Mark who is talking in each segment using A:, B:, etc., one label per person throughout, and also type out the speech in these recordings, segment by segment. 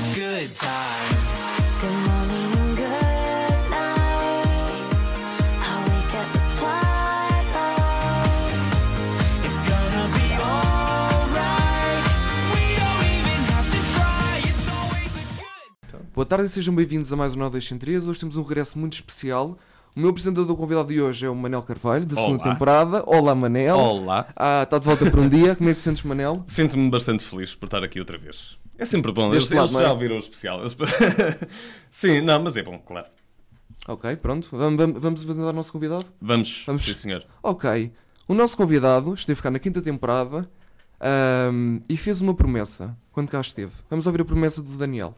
A: a good time.
B: Good morning and good night. I wake up at twilight.
A: It's gonna be alright. We don't even have to try. It's always a good
C: Boa tarde e sejam bem-vindos a mais um 903. Hoje temos um regresso muito especial. O meu apresentador convidado de hoje é o Manel Carvalho, da segunda
D: Olá.
C: temporada. Olá, Manel.
D: Olá.
C: Ah, está de volta por um dia. Como é que te sentes, Manel?
D: Sinto-me bastante feliz por estar aqui outra vez. É sempre bom,
C: Deste lado,
D: eles, eles
C: não é?
D: já ouviram o especial. Eles- Sim, não, mas é bom, claro.
C: Ok, pronto. Vamos, vamos- vamos apresentar o nosso convidado?
D: Vamos,
C: Vamos.
D: sim senhor.
C: Ok. O nosso convidado esteve cá na quinta temporada ahm, e fez uma promessa quando cá esteve. Vamos ouvir a promessa do Daniel.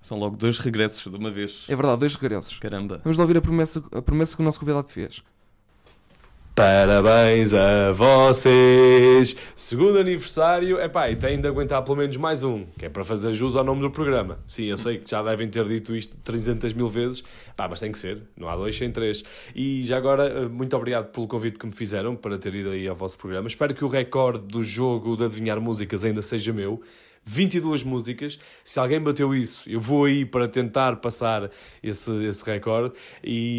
D: São logo dois regressos de uma vez.
C: É verdade, dois regressos.
D: Caramba.
C: Vamos lá ouvir a promessa, a promessa que o nosso convidado fez.
E: Parabéns a vocês! Segundo aniversário, epá, e tem de aguentar pelo menos mais um, que é para fazer jus ao nome do programa. Sim, eu sei que já devem ter dito isto 300 mil vezes, pá, mas tem que ser, não há dois sem três. E já agora, eh, muito obrigado pelo convite que me fizeram para ter ido aí ao vosso programa. Espero que o recorde do jogo de adivinhar músicas ainda seja meu. 22 músicas. Se alguém bateu isso, eu vou aí para tentar passar esse, esse recorde. E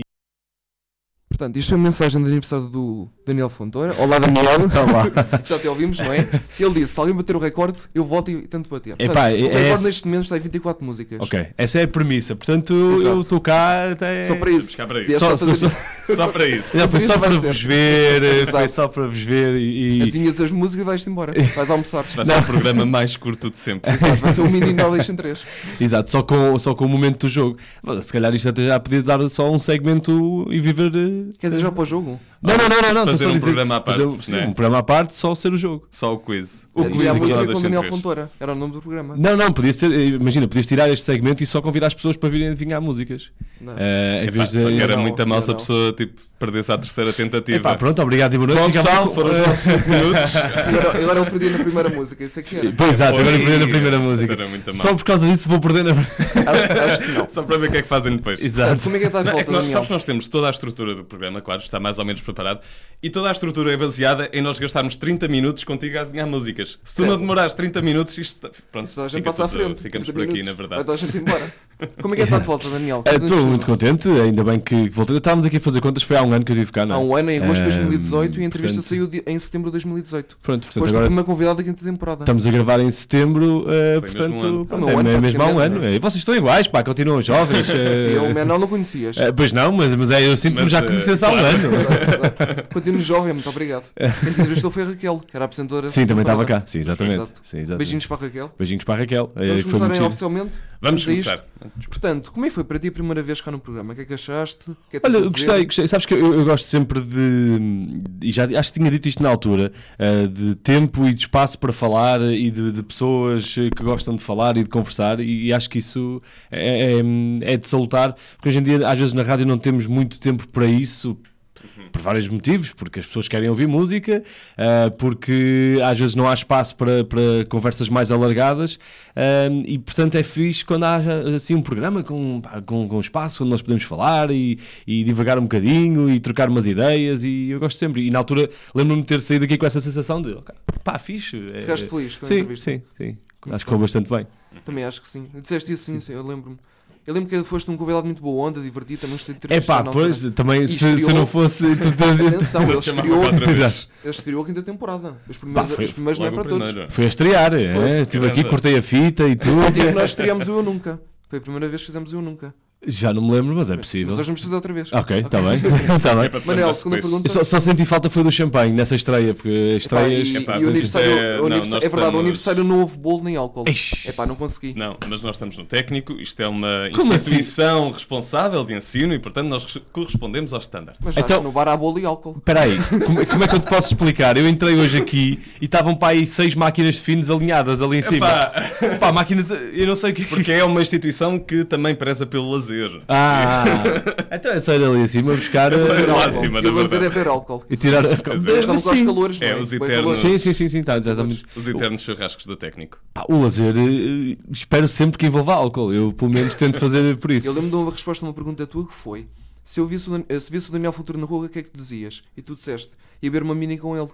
C: Portanto, isto foi a mensagem do aniversário do Daniel Fontoura. Olá, Daniel. Olá. Já te ouvimos, não é? Ele disse: se alguém bater o recorde, eu volto e tento bater.
F: Epá,
C: Portanto,
F: é-
C: o
F: é
C: recorde
F: essa-
C: neste momento está em 24 músicas.
F: Ok, essa é a premissa. Portanto,
C: Exato.
F: eu estou cá até.
C: Só para isso.
D: Buscar para
C: É
D: isso.
C: só
F: Só-
C: fazer-
F: só-
D: Só para isso.
F: Não, foi
C: Isso
F: só para
C: vai ser.
F: vos ver, eh,
C: Exato.
F: foi só para vos ver e. e-
C: Adivinhas as músicas e vais-te embora. Vais almoçar.
D: Vai ser o programa mais curto de sempre.
C: Exato, vai ser o mini Knowledge 3.
F: Exato, só com, só com o momento do jogo. Se calhar isto até já podia dar só um segmento e viver. eh,
C: Quer dizer, já para o jogo?
F: Não, não, não, não, não. estou
D: Fazer
F: só a
D: um
F: dizer-
D: programa à parte,
F: fazer um- sim,
D: né?
F: um programa à parte, só ser o jogo.
D: Só o quiz.
C: O
F: que
C: que é a
F: diz aqui,
C: música
D: Nada
C: com o
D: sem
C: Daniel
D: três.
C: Fontoura. Era o nome do programa.
F: Não, não, podia ser. eh, Imagina, podias tirar este segmento e só convidar as pessoas para virem adivinhar músicas.
C: Não.
F: Eh, em
D: Pá,
F: vez
D: só que
F: de.
D: era
C: não,
D: muito a mal se
C: eu
D: a
C: não.
D: pessoa tipo, perdesse à terceira tentativa.
F: Epá, pronto, obrigado e boa noite.
D: Bom,
F: Ficava
D: pessoal,
F: com-
D: foram os vossos 5 minutos.
C: Agora, agora eu perdi na primeira música. Isso é que era.
F: Pois, exato, agora
D: Oi,
F: perdi na primeira
D: essa
F: música.
D: era muito a
F: Só
D: mal.
F: por causa disso vou perder na.
C: Acho, acho que não.
D: Só para ver o que é que fazem depois.
F: Exato.
C: Como é que é que estás de
D: Não, é
C: volta,
D: que nós,
C: Daniel?
D: sabes que nós temos toda a estrutura do programa, claro, está mais ou menos preparado, e toda a estrutura é baseada em nós gastarmos 30 minutos contigo a adivinhar músicas. Se tu
C: Certo.
D: não demorares 30 minutos, isto está- pronto,
C: Isso a gente
D: fica
C: passa à
D: tudo-
C: frente.
D: ficamos
C: 30
D: por aqui,
C: minutos.
D: na
C: Vai toda a
D: verdade.
C: gente embora. Como é que é que está de volta, Daniel?
F: Ah,
C: Conta-nos
F: Estou
C: tudo.
F: muito contente, ainda bem que voltei. Estávamos aqui a fazer contas, foi há um ano que eu estive cá, não é?
C: Há um ano, em agosto de
F: Ah,
C: 2018, e a entrevista
F: portanto,
C: saiu de- em setembro de 2018.
F: Pronto, portanto,
C: Foste a
F: agora
C: primeira convidada da quinta temporada.
F: estamos a gravar em setembro, ah,
D: Foi mesmo um ano.
F: portanto, pronto,
C: Ah, um ano,
F: é mesmo há um
C: praticamente,
F: ano. E vocês estão iguais, pá, continuam jovens.
C: E é um eu,
F: ah,
C: Manel, não conhecias.
F: ah, pois não, mas, mas é, eu sinto-me
D: Mas,
F: já
D: ah,
F: conhecesse há um
D: claro.
F: ano.
C: Continuo jovem, muito obrigado. Quem te entrevistou foi a Raquel, que era a apresentadora.
F: É. Sim, também estava
C: temporada.
F: cá, sim, exatamente.
C: Exato.
F: Sim, exatamente.
C: Beijinhos para a Raquel.
F: Beijinhos para a Raquel. ah,
C: Vamos
F: foi
C: começar
F: muito
C: aí
F: giro.
C: oficialmente.
D: Vamos
C: então, a isto.
D: começar.
C: Portanto, como é que foi para ti a primeira vez cá no programa? O que é que achaste? O que é que
F: Olha,
C: tens a dizer?
F: gostei, gostei. Sabes que eu, eu gosto sempre de. E já acho que tinha dito isto na altura: eh, de tempo e de espaço para falar e de, de pessoas eh, que gostam de falar e de conversar. E, acho que isso é, é, é de salutar, porque hoje em dia, às vezes, na rádio não temos muito tempo para isso. Por vários motivos, porque as pessoas querem ouvir música, eh, porque às vezes não há espaço para, para conversas mais alargadas, eh, e portanto é fixe quando há assim um programa com, pá, com, com espaço onde nós podemos falar e, e divagar um bocadinho e trocar umas ideias, e eu gosto sempre. E na altura lembro-me de ter saído aqui com essa sensação de ok, pá, fixe. eh,
C: Ficaste feliz com a
F: sim,
C: entrevista?
F: Sim, sim. Acho que ficou bastante bem.
C: Também acho que sim. Disseste isso sim, sim, eu lembro-me. Eu lembro que foste um convidado muito boa onda, divertido, também gostei de ter
F: É pá,
C: entrevistado na altura.
F: pois, também se, se
C: estreou-
F: eu não fosse. tu-
C: Atenção, ele
D: Vou te chamar para
C: estreou,
D: outra vez.
C: ele estreou a quinta temporada. Os primeiros,
F: Pá, foi
C: os primeiros não é
D: Logo
C: para
D: o
C: todos.
D: primeiro.
F: Foi a estrear, eh, estive aqui,
D: caramba.
F: cortei a fita e tudo.
C: Digo que nós estreámos o Eu Nunca. Foi a primeira vez que fizemos o Eu Nunca.
F: Já não me lembro, mas é possível.
C: Mas hoje vamos fazer outra vez.
F: Ok, está bem. tá
D: É
F: bem.
D: para fazer
C: Manel,
D: mais
C: segunda
D: depois.
C: pergunta.
F: Eu Só, só senti falta foi do champanhe nessa estreia, porque as
C: Epá,
F: estreias.
C: e,
D: Epá,
C: e o
D: mas
C: aniversário, o
D: isto é- não,
C: aniversário-
D: nós
C: é verdade, o
D: estamos-
C: aniversário não houve bolo nem álcool.
F: Ixi.
C: É pá, não consegui.
D: Não, mas nós estamos no técnico, isto é uma
F: Como assim?
D: instituição responsável de ensino e, portanto, nós res- correspondemos aos standards.
C: Mas já
F: Então-
C: acho que no bar há bolo e álcool.
F: Espera aí, como, como é que eu te posso explicar? Eu entrei hoje aqui e estavam para aí seis máquinas de finos alinhadas ali em cima.
D: Epá.
F: Pá, máquinas. Eu não sei o que.
D: Porque é uma instituição que também preza pelo lazer fazer.
F: Ah! então é só ir ali acima buscar.
D: É só ir
F: eh,
C: Beber
D: lá
C: álcool.
D: acima,
C: Eu
D: na
C: vou dizer é
D: verdade.
C: beber álcool.
F: E tirar.
D: Pois é.
C: Estamos aos
F: Sim.
C: calores, não
D: É,
C: é?
D: os
C: Com calores.
D: eternos.
F: Sim, sim, sim, sim, tá, já estamos.
D: Os eternos churrascos do técnico.
F: Pá, o lazer, eh, espero sempre que envolva álcool. Eu, pelo menos, tento fazer por
C: Eu
F: isso.
C: lembro de uma resposta a uma pergunta tua que foi: se, eu visse, o Dan- eh, se visse o Daniel Futuro na rua, o que é que tu dizias? E tu disseste: ia beber uma mini com ele.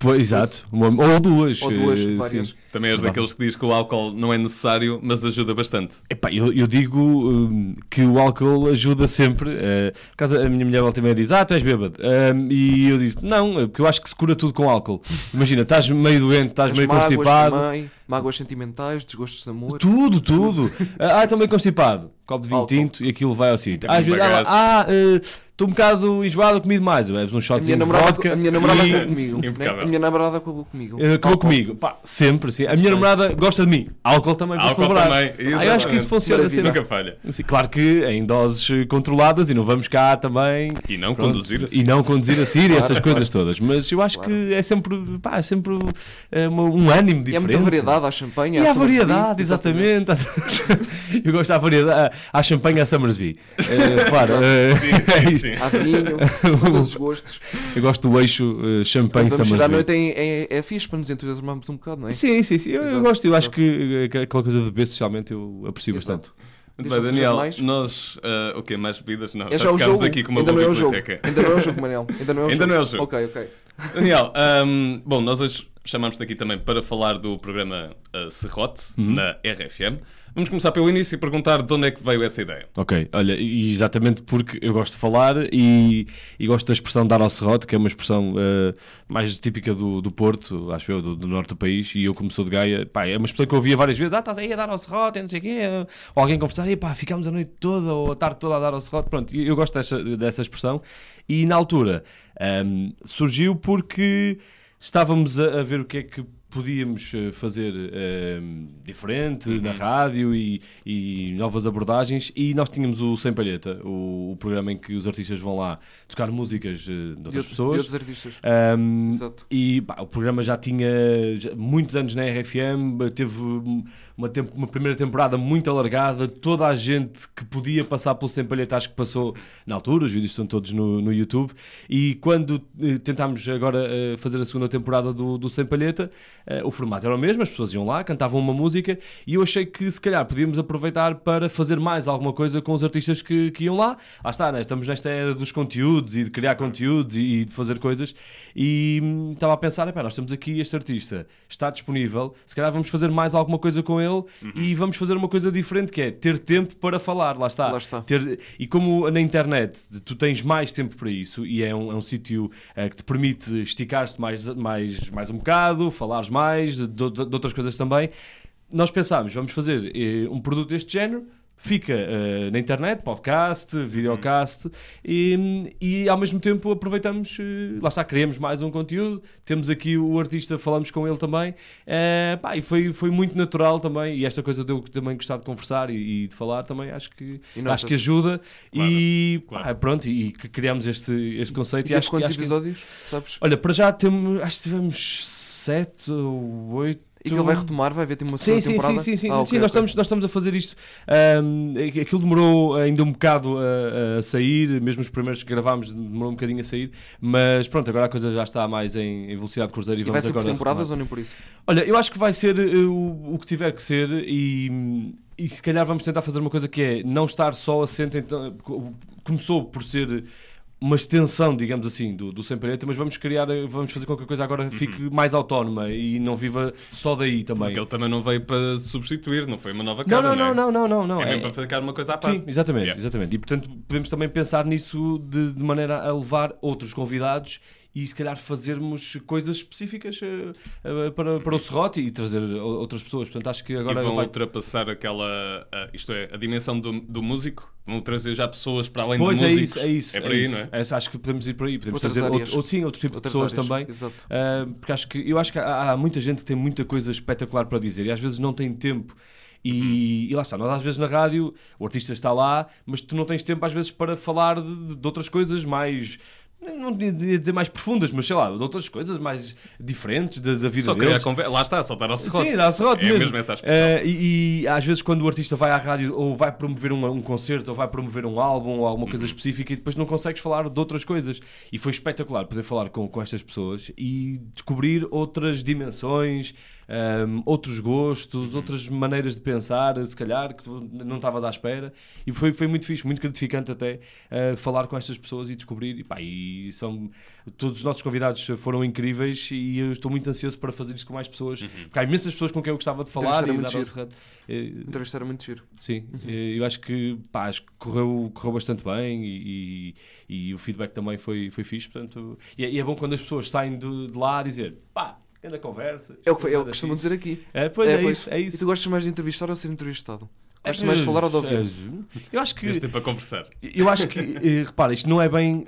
F: Pô, exato. Uma- ou duas.
C: Ou duas,
F: eh, sim.
C: várias.
D: Também és
F: Verdade.
D: daqueles que diz que o álcool não é necessário, mas ajuda bastante.
F: Epá, eu, eu digo hum, que o álcool ajuda sempre. eh, por causa, a minha mulher volta e meia diz: Ah, tu és bêbado. Hum, e eu disse: Não, eh, porque eu acho que se cura tudo com álcool. Imagina, estás meio doente, estás
C: As
F: meio
C: mágoas
F: constipado.
C: também, mágoas sentimentais, desgostos de amor.
F: Tudo, tudo. ah, estou meio constipado. Copo de vinho
C: Álcool.
F: tinto e aquilo vai ao sítio.
D: Tem
F: Às vezes, ah,
D: bagaço.
F: lá, ah, eh, estou um bocado enjoado, comi demais. Bebes um
C: a minha
F: shotzinho de
C: namorada,
F: vodka.
C: a minha namorada
F: e-
C: acabou comigo. né?
D: Impecável.
C: A minha namorada acabou comigo.
F: eh, Acabou comigo, pá, sempre assim. A minha namorada gosta de mim, álcool também para
D: Álcool
F: celebrar.
D: também,
F: Ah, eu acho que isso
D: exatamente.
F: funciona
C: Maravilha.
F: sempre.
D: Nunca falha.
F: Sim, claro que em doses eh, controladas e não vamos cá também.
D: E não
F: Pronto,
D: conduzir assim.
F: E não conduzir a Síria, essas coisas todas. Mas eu acho que é sempre, pá, é sempre eh, uma- um ânimo
C: E há
F: diferente.
C: muita variedade, há champanhe,
F: E há
C: Somerset,
F: variedade, exatamente. Eu gosto da variedade. Há champanhe à Summersby. Eh, claro, eh, é
D: Sim, sim,
F: isto.
D: sim.
C: Há vinho, há todos os gostos.
F: Eu gosto do eixo eh, champanhe
C: Vamos chegar à
F: Summersby.
C: noite em- em- é fixe para nos entusiasmarmos um bocado, não é?
F: Sim, sim, sim. Eu, eu
C: Exato,
F: gosto. Eu acho
C: exato.
F: que eh, que aquela coisa de beber socialmente eu aprecio
C: Exato.
F: bastante.
D: Muito
C: Deixa-me
D: bem, Daniel,
C: dizer mais.
D: nós. ah, o quê? Mais bebidas? Não,
C: É
D: já,
C: já o
D: ficámos
C: jogo.
D: aqui com uma
C: Ainda não
D: boa
C: é o jogo.
D: biblioteca.
C: Ainda não é o jogo, Manel. Ainda não é o
D: Ainda
C: jogo.
D: não é o jogo.
C: Ok, ok.
D: Daniel, ahm, bom, nós hoje chamámos-te aqui também para falar do programa ah, Serrote,
F: Uhum.
D: na RFM. Vamos começar pelo início e perguntar de onde é que veio essa ideia.
F: Ok, olha, e exatamente porque eu gosto de falar e, e gosto da expressão dar ao serrote, que é uma expressão eh, mais típica do, do Porto, acho eu, do, do norte do país, e eu como sou de Gaia, pá, é uma expressão que eu ouvia várias vezes, ah, estás aí a dar ao serrote, e não sei o quê, ou alguém conversar, e pá, ficámos a noite toda ou a tarde toda a dar ao serrote, pronto, e eu gosto dessa, dessa expressão, e na altura ahm, surgiu porque estávamos a, a ver o que é que podíamos eh, fazer ehm, diferente na
C: Uhum.
F: rádio e, e novas abordagens e nós tínhamos o Sem Palheta, o, o programa em que os artistas vão lá tocar músicas eh, de
C: De
F: outras
C: outro- de
F: pessoas.
C: outros artistas.
F: Ahm,
C: Exato.
F: E pá, o programa já tinha já- muitos anos na RFM, teve hum, uma, tem- uma primeira temporada muito alargada, toda a gente que podia passar pelo Sem Palheta acho que passou na altura, os vídeos estão todos no, no YouTube, e quando eh, tentámos agora eh, fazer a segunda temporada do, do Sem Palheta, eh, o formato era o mesmo, as pessoas iam lá, cantavam uma música, e eu achei que se calhar podíamos aproveitar para fazer mais alguma coisa com os artistas que, que iam lá. Lá está, né? estamos nesta era dos conteúdos e de criar conteúdos e, e de fazer coisas. E hum, estava a pensar, "Epá, nós temos aqui este artista, está disponível, se calhar vamos fazer mais alguma coisa com ele
C: Uhum.
F: e vamos fazer uma coisa diferente, que é ter tempo para falar, lá está.
C: Lá está.
F: Ter- e como na internet tu tens mais tempo para isso e é um, é um sítio eh, que te permite esticar-te mais, mais, mais um bocado, falares mais de, de- de outras coisas também, nós pensámos, vamos fazer eh, um produto deste género, fica eh, na internet, podcast, videocast, e, e ao mesmo tempo aproveitamos, eh, lá está, criamos mais um conteúdo, temos aqui o artista, falamos com ele também, eh, pá, e foi, foi muito natural também, e esta coisa de eu também gostar de conversar e, e de falar também, acho que,
C: E nota-se.
F: acho que ajuda, e
D: claro.
F: pá, pronto, e, e que criamos este, este
C: E
F: conceito. E
C: teve
F: acho, que-
C: quantos
F: acho que-
C: episódios? Sabes?
F: Olha, para já temos, acho que tivemos 7 ou 8.
C: E que ele vai retomar, vai haver tipo, uma
F: Sim,
C: segunda
F: sim, sim,
C: temporada.
F: sim, sim.
C: Ah,
F: sim
C: ok, ok.
F: nós, estamos, nós estamos a fazer isto. Ahm, aqu- aquilo demorou ainda um bocado a, a sair, mesmo os primeiros que gravámos demorou um bocadinho a sair, mas pronto, agora a coisa já está mais em, em velocidade de cruzeiro e,
C: E
F: vamos
C: vai ser por
F: agora
C: temporadas
F: retomar.
C: ou nem por isso?
F: Olha, eu acho que vai ser eh, o, o que tiver que ser e, e se calhar vamos tentar fazer uma coisa que é não estar só assente. Então, co- começou por ser uma extensão, digamos assim, do, do Sem Palheta, mas vamos criar, eh, vamos fazer com que a coisa
D: Uhum.
F: agora fique mais autónoma e não viva só daí também.
D: Porque ele também não veio para substituir, não foi uma nova
F: Não,
D: cara.
F: não, não,
D: é?
F: não, não, não, não.
D: É,
F: é-
D: mesmo para ficar uma coisa à parte.
F: Sim, exatamente,
D: Yeah.
F: exatamente. E portanto podemos também pensar nisso de, de maneira a levar outros convidados e se calhar fazermos coisas específicas eh, eh, para, para o Serrote e trazer o- outras pessoas. Portanto, acho que agora
D: e vão
F: vai-
D: ultrapassar aquela, ah, isto é, a dimensão do, do músico, vão trazer já pessoas para além
F: Pois
D: do
F: é
D: músico.
F: isso, é isso.
D: É para aí,
F: isso.
D: não é?
F: Essa- acho que podemos ir por aí, podemos
C: Outras
F: trazer
C: áreas.
F: outro, ou sim, outro tipo
C: Outras
F: de pessoas
C: áreas,
F: também.
C: exato.
F: Ah, porque acho que eu acho que há, há muita gente que tem muita coisa espetacular para dizer e às vezes não tem tempo.
D: Uhum.
F: E, e lá está, nós às vezes na rádio o artista está lá, mas tu não tens tempo às vezes para falar de, de outras coisas mais não ia dizer mais profundas, mas sei lá, de outras coisas mais diferentes da, da vida
D: Só criar
F: deles.
D: conversa. Lá está, só dar ao serrote.
F: Sim, dá serrote
D: É
F: mesmo.
D: mesmo essa a expressão.
F: Eh, e, e às vezes quando o artista vai à rádio ou vai promover um, um concerto ou vai promover um álbum ou alguma coisa específica e depois não consegues falar de outras coisas. E foi espetacular poder falar com, com estas pessoas e descobrir outras dimensões, ehm, outros gostos, outras maneiras de pensar, se calhar, que tu não estavas à espera. E foi, foi muito fixe, muito gratificante até eh, falar com estas pessoas e descobrir. E, pá, e são, todos os nossos convidados foram incríveis e eu estou muito ansioso para fazer isto com mais pessoas, porque há imensas pessoas com quem eu gostava de falar
C: Entrevistar é
F: e
C: muito
F: dar ao
C: giro.
F: serrado. Eh,
C: Entrevistar é muito giro.
F: Sim, eh, eu acho que, pá, acho que correu, correu bastante bem e, e, e o feedback também foi, foi fixe. Portanto, e, é, e é bom quando as pessoas saem de, de lá a dizer pá, anda conversa.
C: É o que foi- é o que
F: anda
C: costumam
F: fixe.
C: dizer aqui.
F: É, pois é,
C: pois.
F: isso, é
C: E
F: isso.
C: tu gostas mais de entrevistar ou ser entrevistado? Gostas mais de falar ou de ouvir?
F: É, Eu acho que
D: Este tempo a conversar.
F: eu acho que, eh, repara, isto não é bem.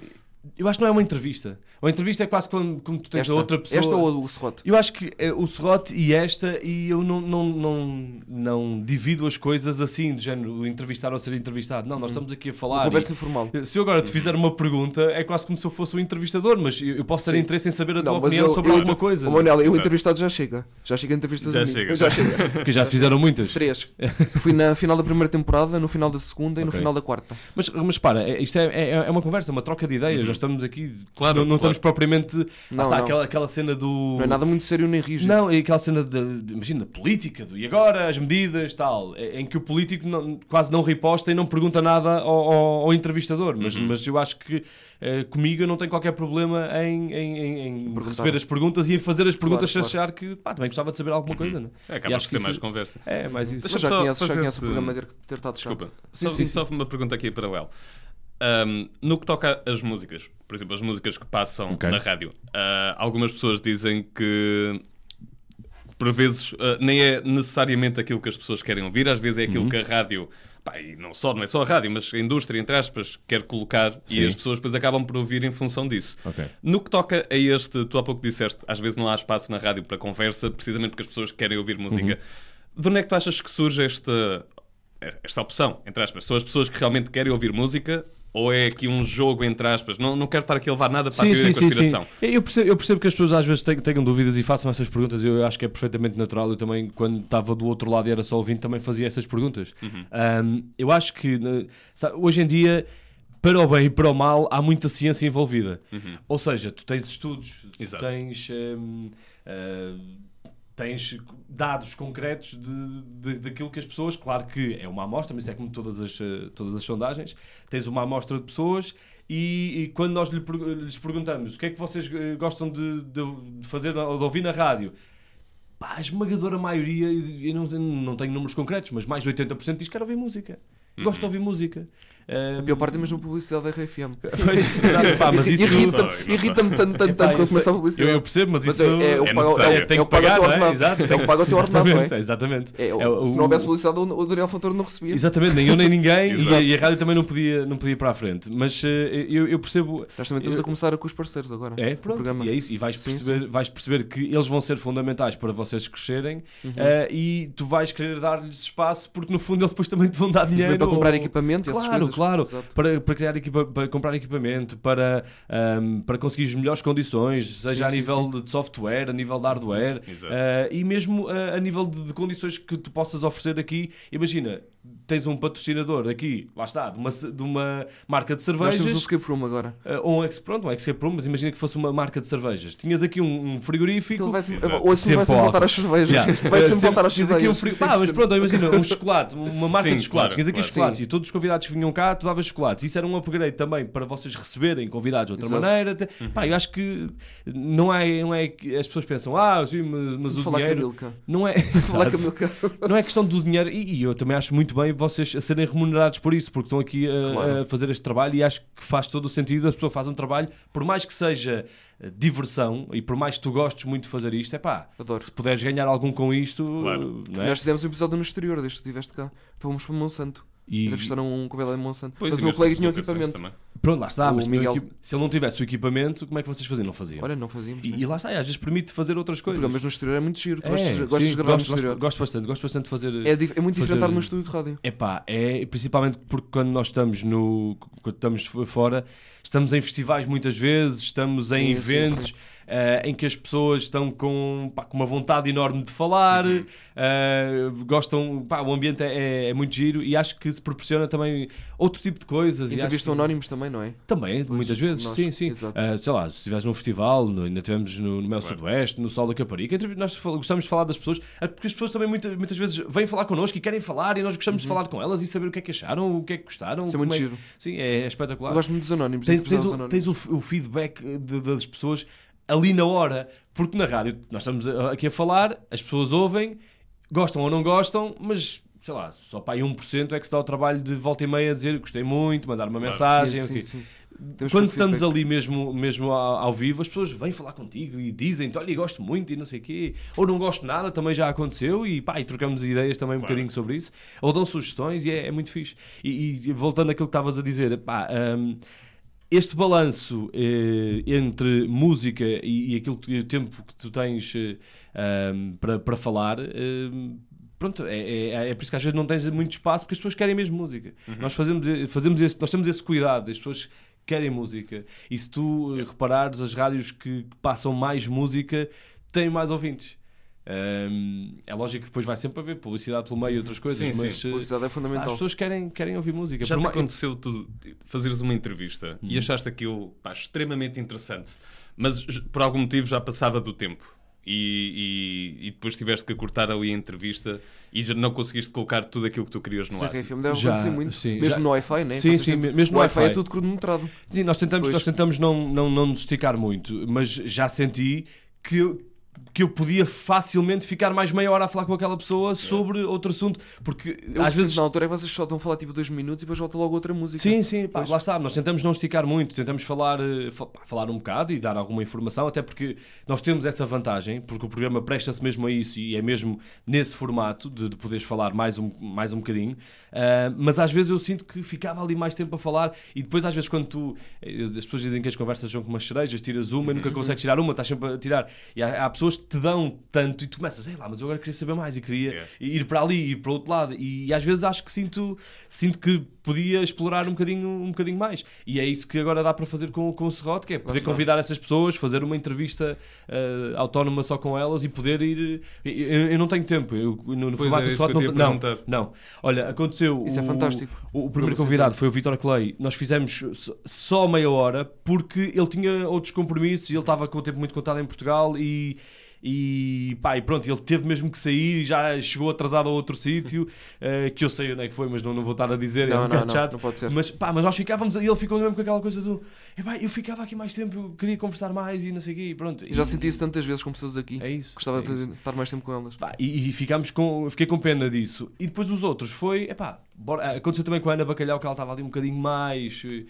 F: Eu acho que não é uma entrevista. Uma entrevista é quase quando, como tu tens
C: Esta,
F: a outra pessoa.
C: esta ou o serrote?
F: Eu acho que eh, o Serrote e esta, e eu não, não, não, não divido as coisas assim, do género o entrevistar ou ser entrevistado. Não,
C: Uhum.
F: nós estamos aqui a falar.
C: Conversa
F: e-
C: informal.
F: se eu agora te fizer uma pergunta, é quase como se eu fosse o entrevistador, mas eu eu posso ter
C: Sim.
F: interesse em saber a tua
C: Não, mas
F: opinião
C: eu-
F: sobre
C: eu-
F: alguma coisa. é?
C: Ô Manel, eu
D: Exato.
C: entrevistado já chega. Já chega entrevistas
D: Já
C: a mim.
D: chega, é?
C: já
D: já.
C: chega.
F: Porque já se fizeram muitas.
C: Três. Fui na final da primeira temporada, no final da segunda e no
F: Ok.
C: final da quarta.
F: Mas, mas para, é- isto é, é, é uma conversa, uma troca de ideias. Nós estamos aqui,
D: Claro,
F: não, não
D: claro.
F: estamos propriamente. lá
C: Uhum. Não,
F: está,
C: não.
F: Aquela, aquela cena do.
C: Não é nada muito sério nem rígido.
F: Não, é aquela cena de, de- imagina, política, do, e agora as medidas, tal, é- em que o político não- quase não riposta e não pergunta nada ao, ao- ao entrevistador. Mas,
D: Uhum.
F: mas eu acho que eh, comigo eu não tenho qualquer problema em, em- em- em
C: Perguntar.
F: receber as perguntas e em fazer as perguntas
C: Claro,
F: se achar que pá, também gostava de saber alguma coisa. Né?
D: É,
F: E
D: Acaba por
F: acho que
D: ser mais
F: isso-
D: conversa.
F: É, mais isso.
D: Mas-
C: Eu já
D: Deixa-me só
C: conheço, já
D: fazer-te-
C: conheço o programa de ter estado chato.
D: Desculpa.
C: Sim,
D: só,
C: sim,
D: só uma pergunta aqui para o El. Ahm, no que toca às músicas, por exemplo, as músicas que passam
F: Ok.
D: na rádio, ah, algumas pessoas dizem que por vezes ah, nem é necessariamente aquilo que as pessoas querem ouvir, às vezes é
C: Uhum.
D: aquilo que a rádio, pá, e não só, não é só a rádio, mas a indústria, entre aspas, quer colocar
F: Sim.
D: e as pessoas depois acabam por ouvir em função disso.
F: Ok.
D: No que toca a este, tu há pouco disseste, às vezes não há espaço na rádio para conversa, precisamente porque as pessoas querem ouvir música.
C: Uhum.
D: De onde é que tu achas que surge esta, esta opção, entre aspas? São as pessoas que realmente querem ouvir música ou é aqui um jogo, entre aspas? Não, não quero estar aqui a levar nada para a teoria da conspiração.
F: Eu percebo, eu percebo que as pessoas às vezes ten- tenham dúvidas e façam essas perguntas. Eu acho que é perfeitamente natural. Eu também, quando estava do outro lado e era só ouvinte, também fazia essas perguntas.
D: Uhum.
F: Ahm, eu acho que né, sabe, hoje em dia. Para o bem e para o mal, há muita ciência envolvida. Ou seja, tu tens estudos, tu
D: Uhum. Exato.
F: tens, ahm, ah, tens dados concretos de, de- daquilo que as pessoas, claro que é uma amostra, mas isso é como todas as, eh, todas as sondagens, tens uma amostra de pessoas e, e quando nós lhe per- lhes perguntamos o que é que vocês eh, gostam de, de- de fazer na- ou de ouvir na rádio, pá, a esmagadora maioria, eu eu não, eu não tenho números concretos, mas mais de 80% diz que quer ouvir música. Gosto de ouvir música.
C: A pior parte é mesmo a publicidade da RFM.
F: pá, Ah, mas isso-
C: Irrita-me
D: sei, não sei.
C: irrita-me tanto, tanto, tanto quando começa a
F: é- eu,
C: publicidade.
F: eu percebo, mas,
C: Mas
F: isso
C: é, é o
D: é
C: que paga- é o-
D: necessário.
F: Tem
C: é o
F: que
C: que paga o teu
F: pagar, não é?
C: ordenado.
F: Exato.
C: É o que paga o teu ordenado, não
F: Exatamente,
C: é?
F: exatamente.
C: É,
F: É o-
C: o- se não houvesse publicidade, o o Daniel Fontoura não recebia.
F: Exatamente, nem eu nem ninguém
D: Exato.
F: e, e a rádio também não podia, não podia ir para a frente. Mas eh, eu, eu percebo.
C: Nós também estamos a começar com os parceiros agora.
F: É,
C: o
F: pronto,
C: programa.
F: e é isso. E vais
C: Sim,
F: perceber, vais perceber que eles vão ser fundamentais para vocês crescerem
C: Uhum.
F: eh, e tu vais querer dar-lhes espaço porque no fundo eles depois também te vão dar dinheiro.
C: Também para comprar
F: ou-
C: equipamento e essas
F: Claro,
C: coisas.
F: claro.
C: Exato.
F: Para, para, criar equipa, para comprar equipamento, para, ahm, para conseguir as melhores condições, seja a
C: sim,
F: nível de software, a nível de hardware
D: Exato.
F: ah, e mesmo ah, a nível de, de condições que tu possas oferecer aqui. Imagina, tens um patrocinador aqui, lá está, de uma, ce- de uma marca de
C: Nós
F: cervejas.
C: temos o escape room agora.
F: ah, ou um ex, pronto, um Escape Room, mas imagina que fosse uma marca de cervejas. Tinhas aqui um, um frigorífico.
C: Aquilo vai -se,
D: Exato.
C: ou assim vai
F: Sempre
C: sempre
F: ao
C: voltar
F: álcool.
C: às cervejas.
F: Yeah.
C: Vai
F: Eh,
C: sempre voltar às
F: tens aqui um
C: cervejas.
F: frio- Pá, mas pronto, imagina, um chocolate, uma marca
D: Sim,
F: de chocolates.
D: claro,
F: Tinhas aqui
D: claro.
F: chocolates
C: Sim.
F: e todos os convidados que vinham cá, tu davas chocolates. Isso era um upgrade também para vocês receberem convidados de outra
C: Exato.
F: maneira. Até-
D: Uhum.
F: Pá, eu acho que não é, não é. que- As pessoas pensam, ah, sim, mas, mas
C: Vou
F: o
C: falar com a
F: dinheiro.
C: Milka.
F: Não é.
C: Vou Falar com a
F: Exato.
C: Milka.
F: Não é questão do dinheiro, e, e eu também acho muito bem vocês a serem remunerados por isso, porque estão aqui a,
C: Claro.
F: a fazer este trabalho e acho que faz todo o sentido. A pessoa faz um trabalho, por mais que seja eh, diversão e por mais que tu gostes muito de fazer isto, é pá,
C: Adoro.
F: se puderes ganhar algum com isto,
D: Claro.
F: não é?
C: Nós fizemos um episódio no exterior, desde que tu estiveste cá. Fomos para Monsanto.
F: E-
C: Entrevistaram um convidado em Monsanto.
D: Pois,
C: mas
D: e
C: o meu
D: mesmo
C: colega
D: as
C: tinha o
D: locações
C: equipamento.
D: também.
F: Pronto, lá está.
C: O
F: Mas
C: Miguel-
F: o equi- se ele não tivesse o equipamento, como é que vocês faziam? Não faziam.
C: Olha, não fazíamos.
F: e,
C: né?
F: e lá está, e às vezes permite fazer outras coisas.
C: Programas no exterior é muito giro. Tu
F: É,
C: gostas,
F: sim,
C: gostas de gravar
F: gosto,
C: no exterior.
F: gosto- gosto bastante, gosto bastante de fazer.
C: é, dif- é muito diferente
F: fazer-
C: estar no estúdio de rádio.
F: Epá, é principalmente porque quando nós estamos no quando estamos f- fora, estamos em festivais muitas vezes, estamos em
C: Sim, sim,
F: eventos eh, em que as pessoas estão com, pá, com uma vontade enorme de falar,
C: Uhum.
F: eh, gostam, pá, o ambiente é, é muito giro e acho que se proporciona também outro tipo de coisas. e acho
C: Entrevistam
F: que-
C: anónimos também, não é?
F: Também,
C: Pois,
F: muitas vezes,
C: nós,
F: sim, sim.
C: exato.
F: Ah, sei lá, se estiveres num festival, no, ainda tivemos no, no Mel Sudoeste, no Sol da Caparica, entrevi- nós fal- gostamos de falar das pessoas, ah, porque as pessoas também muita- muitas, vezes vêm falar connosco e querem falar e nós gostamos de falar com elas e saber o que é que acharam, o que é que gostaram.
C: Uhum. Isso é
F: como
C: muito
F: que-
C: giro.
F: Sim, é, é espetacular.
C: Eu gosto muito dos anónimos.
F: Tens,
C: de
F: tens
C: entrevistar os
F: o,
C: anónimos.
F: tens o f- o feedback de- das pessoas ali na hora, porque na rádio nós estamos a- aqui a falar, as pessoas ouvem, gostam ou não gostam, mas sei lá, só para aí 1% é que se dá o trabalho de volta e meia dizer gostei muito, mandar uma mensagem,
C: Sim,
F: ok.
C: sim, sim. Temos
F: Quando
C: pouco feedback.
F: estamos ali mesmo, mesmo ao, ao vivo, as pessoas vêm falar contigo e dizem-te, olha, eu gosto muito e não sei o quê, ou não gosto nada, também já aconteceu, e pá, e trocamos ideias também um bocadinho sobre isso, ou dão sugestões e é, é muito fixe. E, e voltando àquilo que estavas a dizer, pá, hum, este balanço eh, entre música e, e aquilo que, o tempo que tu tens eh, hum, para, para falar... hum, Pronto, é, é, é por isso que às vezes não tens muito espaço porque as pessoas querem mesmo música.
D: Uhum.
F: Nós, fazemos, eh, fazemos esse, nós temos esse cuidado, as pessoas querem música. E se tu eh, reparares, as rádios que que passam mais música têm mais ouvintes. Ahm, é lógico que depois vai sempre haver publicidade pelo meio e outras coisas,
D: Sim, sim.
F: mas eh,
C: Publicidade é
F: as
C: fundamental.
F: pessoas querem, querem ouvir música.
D: Já
F: Por Uhum.
D: te
F: ma-
D: aconteceu tu fazeres uma entrevista e achaste aquilo pá, extremamente interessante, mas j- por algum motivo já passava do tempo e, e- e depois tiveste que cortar ali a entrevista e já não conseguiste colocar tudo aquilo que tu querias no
C: Isso na
D: ar.
C: RFM deve
F: Já,
C: acontecer muito.
F: sim,
C: mesmo
F: já-
C: no Wi-Fi, né?
F: Sim,
C: Vocês
F: sim,
C: têm-
F: mesmo
C: o
F: no
C: Wi-Fi é
F: Wi-Fi.
C: tudo cronometrado.
F: Sim, nós tentamos,
C: Pois.
F: nós tentamos não, não, não nos esticar muito, mas já senti que eu, que eu podia facilmente ficar mais meia hora a falar com aquela pessoa sobre outro assunto, porque
C: Eu
F: É. às vezes
C: na altura é que vocês só estão a falar tipo dois minutos e depois volta logo outra música.
F: Sim, sim, pá,
C: Pois.
F: lá está. Nós tentamos não esticar muito, tentamos falar, eh, fa- pá, falar um bocado e dar alguma informação, até porque nós temos essa vantagem, porque o programa presta-se mesmo a isso e é mesmo nesse formato de, de poderes falar mais um, mais um bocadinho. Ah, mas às vezes eu sinto que ficava ali mais tempo a falar e depois, às vezes, quando tu. eh, As pessoas dizem que as conversas são como as cerejas, tiras uma e nunca consegues tirar uma, estás sempre a tirar. E há, há pessoas que te dão tanto e tu começas, sei lá, mas eu agora queria saber mais e queria
D: Yeah.
F: ir para ali e para o outro lado e às vezes acho que sinto sinto que podia explorar um bocadinho um bocadinho mais e é isso que agora dá para fazer com, com o Serrote que é poder
C: está.
F: convidar essas pessoas fazer uma entrevista ah, autónoma só com elas e poder ir eu, eu não tenho tempo eu, no, no
D: Pois
F: formato
D: é,
F: do
D: isso que
F: Serrote
D: eu te ia
F: não, não
D: perguntar.
F: não olha aconteceu
C: Isso é
F: o-
C: fantástico.
F: o, o primeiro
C: Não sei
F: convidado foi o Vitor Clay nós fizemos só- só meia hora porque ele tinha outros compromissos e ele estava com o tempo muito contado em Portugal e e pá, e pronto, ele teve mesmo que sair e já chegou atrasado a outro sítio eh, que eu sei onde é que foi, mas não, não vou estar a dizer, é
C: Hum. Não, não,
F: um bocado
C: não,
F: chato.
C: não pode ser.
F: Mas, pá, mas nós ficávamos e ele ficou mesmo com aquela coisa do "Epá, eu ficava aqui mais tempo, eu queria conversar mais e não sei o quê, e pronto.
C: Eu Já
F: E-
C: senti isso tantas vezes com pessoas aqui.
F: É isso,
C: Gostava
F: é
C: de
F: isso.
C: estar mais tempo com elas.
F: Pá, e, e ficámos com, fiquei com pena disso. E depois os outros foi, epá, bora- aconteceu também com a Ana Bacalhau, que ela estava ali um bocadinho mais eh,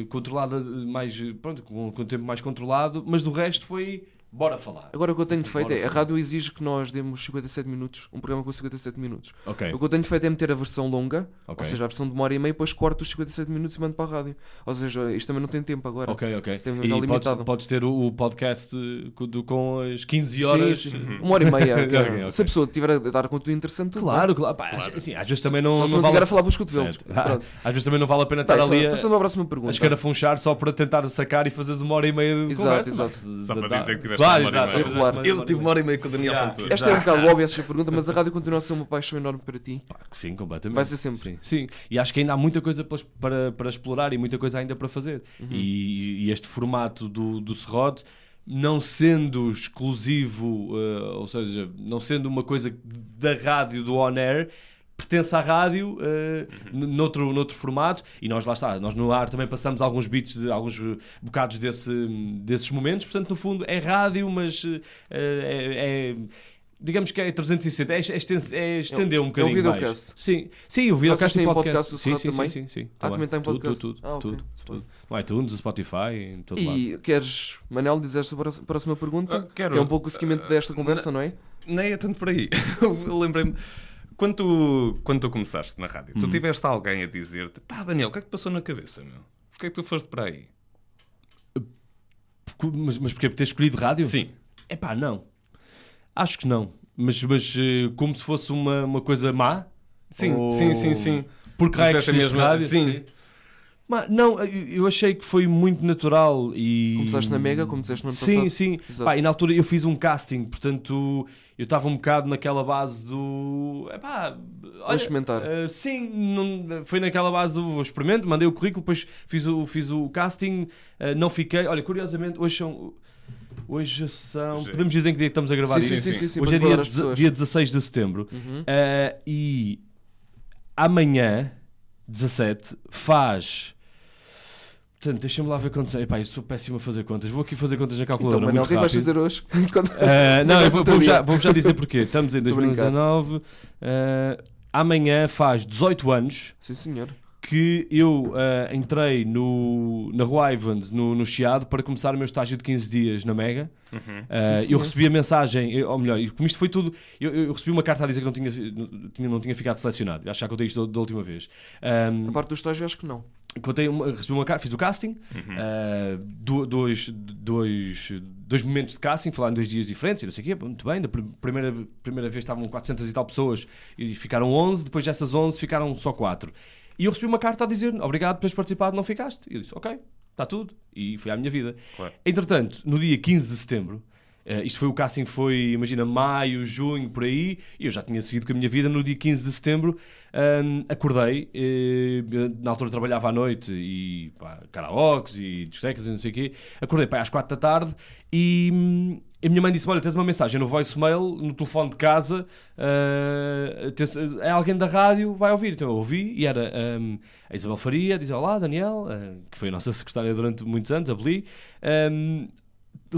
F: eh, controlada, eh, mais, eh, pronto, com, com o tempo mais controlado, mas do resto foi, bora falar.
C: Agora o que eu tenho feito é,
F: Bora,
C: a rádio exige que nós demos 57 minutos, um programa com 57 minutos.
F: Ok.
C: O que eu tenho feito é meter a versão longa,
F: Ok.
C: ou seja, a versão de uma hora e meia, depois corto os 57 minutos e mando para a rádio. Ou seja, isto também não tem tempo agora.
F: Ok, ok.
C: Tem um
F: e
C: limitado.
F: podes, podes ter o, o podcast eh, co- do- com as 15
C: Sim,
F: horas.
C: sim. Uma hora e meia.
F: Ok,
C: cara.
F: ok.
C: Se a pessoa tiver a dar conteúdo interessante, tudo
F: Claro, claro. Pá, às- assim, às vezes também não,
C: bem. Só se não
F: não vale
C: tiver a falar pelos cotovelos.
F: Certo.
C: Pronto.
F: Às vezes também não vale a pena
C: Tá,
F: estar ali a,
C: passando à próxima
F: a
C: pergunta.
F: escarafunchar só para tentar sacar e fazeres uma hora e meia de
C: Exato,
F: conversa.
C: exato.
F: mas-
D: Só para
F: dá-
D: dizer que tiveste
F: claro,
D: uma hora e
F: exato,
D: meia.
F: tiveste uma-
D: Ele teve uma hora e meia com o Daniel
F: Já.
D: Ventura.
C: Esta é um bocado óbvia esta pergunta, mas a rádio continua a ser uma paixão enorme para ti.
F: Sim, completamente.
C: Vai ser sempre.
F: Sim, sim. e acho que ainda há muita coisa para, para, para explorar e muita coisa ainda para fazer.
C: Uhum.
F: E, e este formato do, do Serrote, não sendo exclusivo, eh, ou seja, não sendo uma coisa da rádio, do on air. Pertence à rádio eh,
C: Uhum.
F: n- noutro, noutro formato, e nós lá está, nós no ar também passamos alguns bits, de, alguns eh, bocados desse, desses momentos, portanto, no fundo é rádio, mas eh, é- é Digamos que é 360, é, é, exten- é estender um bocadinho mais.
C: videocast.
F: Sim, sim, o videocast
C: têm
F: e
C: um
F: podcast.
C: podcast do
F: sim,
C: Serrato
F: sim,
C: também?
F: sim, sim, sim.
C: Ah, também tem um
F: Tudo,
C: podcast.
F: Tudo, tudo,
C: Ah, ok.
F: tudo, tudo. No iTunes, no Spotify, em todo lado.
C: E queres, Manel, dizer esta pró- próxima pergunta?
D: Ah, quero.
C: Que É um pouco o seguimento desta conversa, não é?
D: Nem é tanto por aí. Eu Lembrei-me. Quando
F: Uhum.
D: tu, quando tu começaste na rádio, tu tiveste alguém a dizer-te: pá, Daniel, o que é que te passou na cabeça, meu? Porquê é que tu foste para aí?
F: Porque- Mas, mas porque ter escolhido rádio?
D: Sim.
F: É pá, não. Acho que não. Mas, mas eh, como se fosse uma, uma coisa má?
D: Sim,
F: Ou-
D: sim, sim, sim.
F: Porque há
D: Disseste a
F: Oh.
C: é
F: que mesmo
D: mesma-
F: rádio?
C: assim.
D: sim.
F: Mas, não, eu eu achei que foi muito natural e...
C: Começaste na Mega, como disseste no ano
F: Sim,
C: passado.
F: sim.
C: Exato.
F: Pá, e na altura eu fiz um casting, portanto eu estava um bocado naquela base do. Epá, olha,
C: experimentar.
F: eh, sim, não- foi naquela base do vou experimento, mandei o currículo, depois fiz o, fiz o casting, eh, não fiquei. Olha, curiosamente, hoje são. Hoje são.
D: Sim.
F: Podemos dizer em que dia que estamos a gravar
C: é- Sim,
F: isto?
C: sim, sim,
D: sim.
C: sim, sim,
F: Hoje
C: para
F: é dia,
C: guardar as
F: deze-
C: pessoas. Uhum.
F: dia 16 de setembro Eh, e amanhã, 17, faz. Portanto, deixa-me lá ver quantos. Epá, eu sou péssimo a fazer contas. Vou aqui fazer contas na calculadora.
C: Então, Manuel, o
F: muito
C: que é que vais
F: rápido.
C: fazer hoje? Quando-
F: Eh, não,
C: Não
F: eu
C: vais
F: vou,
C: outro
F: vou
C: dia.
F: já, vou já dizer porquê. Estamos em
C: Tô a brincar.
F: 2019. eh, amanhã faz 18 anos
C: Sim, senhor.
F: que eu eh, entrei no, na Rua Ivans, no, no Chiado, para começar o meu estágio de 15 dias na Mega. Eh,
C: Sim,
F: eu
C: senhor.
F: recebi a mensagem, eu- ou melhor, eu- como isto foi tudo, eu, eu- eu recebi uma carta a dizer que não tinha, não tinha, não tinha ficado selecionado. Eu Acho que já contei isto da, da última vez. Ehm, Ahm,
C: A parte do estágio, acho que não.
F: contei uma, recebi uma, ca- fiz o casting, eh, do- dois, dois, dois momentos de casting, falaram dois dias diferentes, e não sei o quê, muito bem, da pr- primeira, primeira vez estavam 400 e tal pessoas e ficaram 11, depois dessas 11 ficaram só 4. E eu recebi uma carta a dizer, obrigado por teres participado, não ficaste. E eu disse, ok, está tudo. E foi à minha vida.
D: Claro.
F: Entretanto, no dia 15 de setembro, eh, isto foi o casting foi, imagina, maio, junho, por aí, e eu já tinha seguido com a minha vida. No dia 15 de setembro ahm, acordei, eh, eu, na altura trabalhava à noite e pá, karaokes e discotecas e não sei o quê. Acordei pá, às 4 da tarde e hum, a minha mãe disse-me: Olha, tens uma mensagem no voicemail, no telefone de casa, ah, tens- é alguém da rádio, vai ouvir. Então eu ouvi e era ahm, a Isabel Faria, diz: Olá, Daniel, ah, que foi a nossa secretária durante muitos anos, a Beli. Hum, ahm,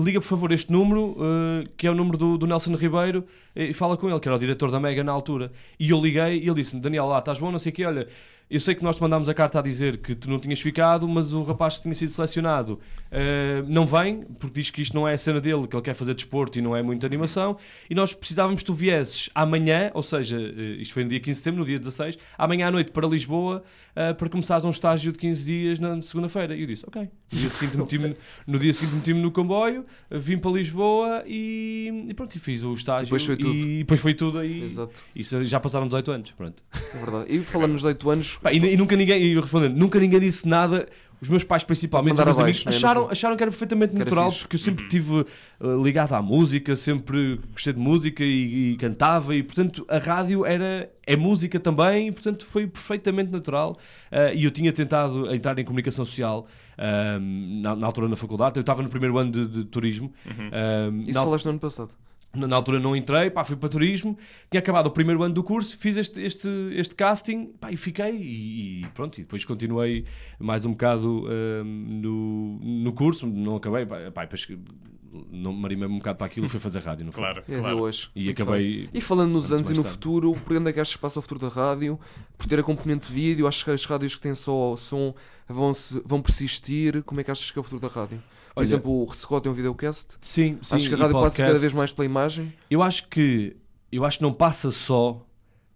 F: liga por favor este número, eh, que é o número do, do Nelson Ribeiro, eh, e fala com ele, que era o diretor da Mega na altura. E eu liguei e ele disse-me: Daniel, lá estás bom, não sei o quê, olha, eu sei que nós te mandámos a carta a dizer que tu não tinhas ficado, mas o rapaz que tinha sido selecionado eh, não vem, porque diz que isto não é a cena dele, que ele quer fazer desporto e não é muita animação, e nós precisávamos que tu viesses amanhã, ou seja, eh, isto foi no dia 15 de setembro, no dia 16, amanhã à noite para Lisboa, eh, para começares um estágio de 15 dias na segunda-feira. E eu disse, ok. No dia seguinte meti-me no, dia seguinte meti-me no comboio, eh, vim para Lisboa e, e pronto, e fiz o estágio.
C: Depois foi tudo.
F: E depois foi tudo aí.
C: Exato,
F: Isso já passaram 18 anos, pronto.
C: é verdade. E falando nos 18 anos,
F: Pá, e, e nunca ninguém, e eu respondendo, nunca ninguém disse nada. Os meus pais, principalmente, os
C: Mandar
F: meus
C: abaixo,
F: amigos,
C: né, no
F: acharam,
C: fundo.
F: acharam que era perfeitamente
C: Que era
F: natural,
C: fixe. Uhum.
F: porque eu sempre estive ligado à música, sempre gostei de música e, e cantava, e portanto a rádio era, é música também, e portanto foi perfeitamente natural. Ah, e eu tinha tentado entrar em comunicação social ah, na, na altura na faculdade, eu estava no primeiro ano de, de turismo.
C: Uhum.
F: Ah,
C: isso
F: na al-
C: falaste no ano passado.
F: na, na altura não entrei, pá, fui para turismo, tinha acabado o primeiro ano do curso, fiz este, este, este casting pá, e fiquei e, e pronto, e depois continuei mais um bocado hum, no, no curso, não acabei, pá, pá, e depois que- não marimei-me um bocado para aquilo, fui fazer rádio, não foi?
D: Claro,
C: É de
D: claro.
C: hoje.
F: E
C: Muito
F: acabei-
C: bem. E falando nos
F: Antes
C: anos e
F: mais
C: no
F: tarde.
C: futuro, por onde é que achas espaço ao futuro da rádio? Por ter a componente de vídeo, achas que as rádios que têm só som vão, -se, vão persistir? Como é que achas que é o futuro da rádio? Por
F: Olha-
C: exemplo, o Ressecó tem um videocast.
F: Sim, sim.
C: Acho que a
F: e
C: rádio passa cada
F: podcast.
C: vez mais pela imagem.
F: Eu acho que eu acho que não passa só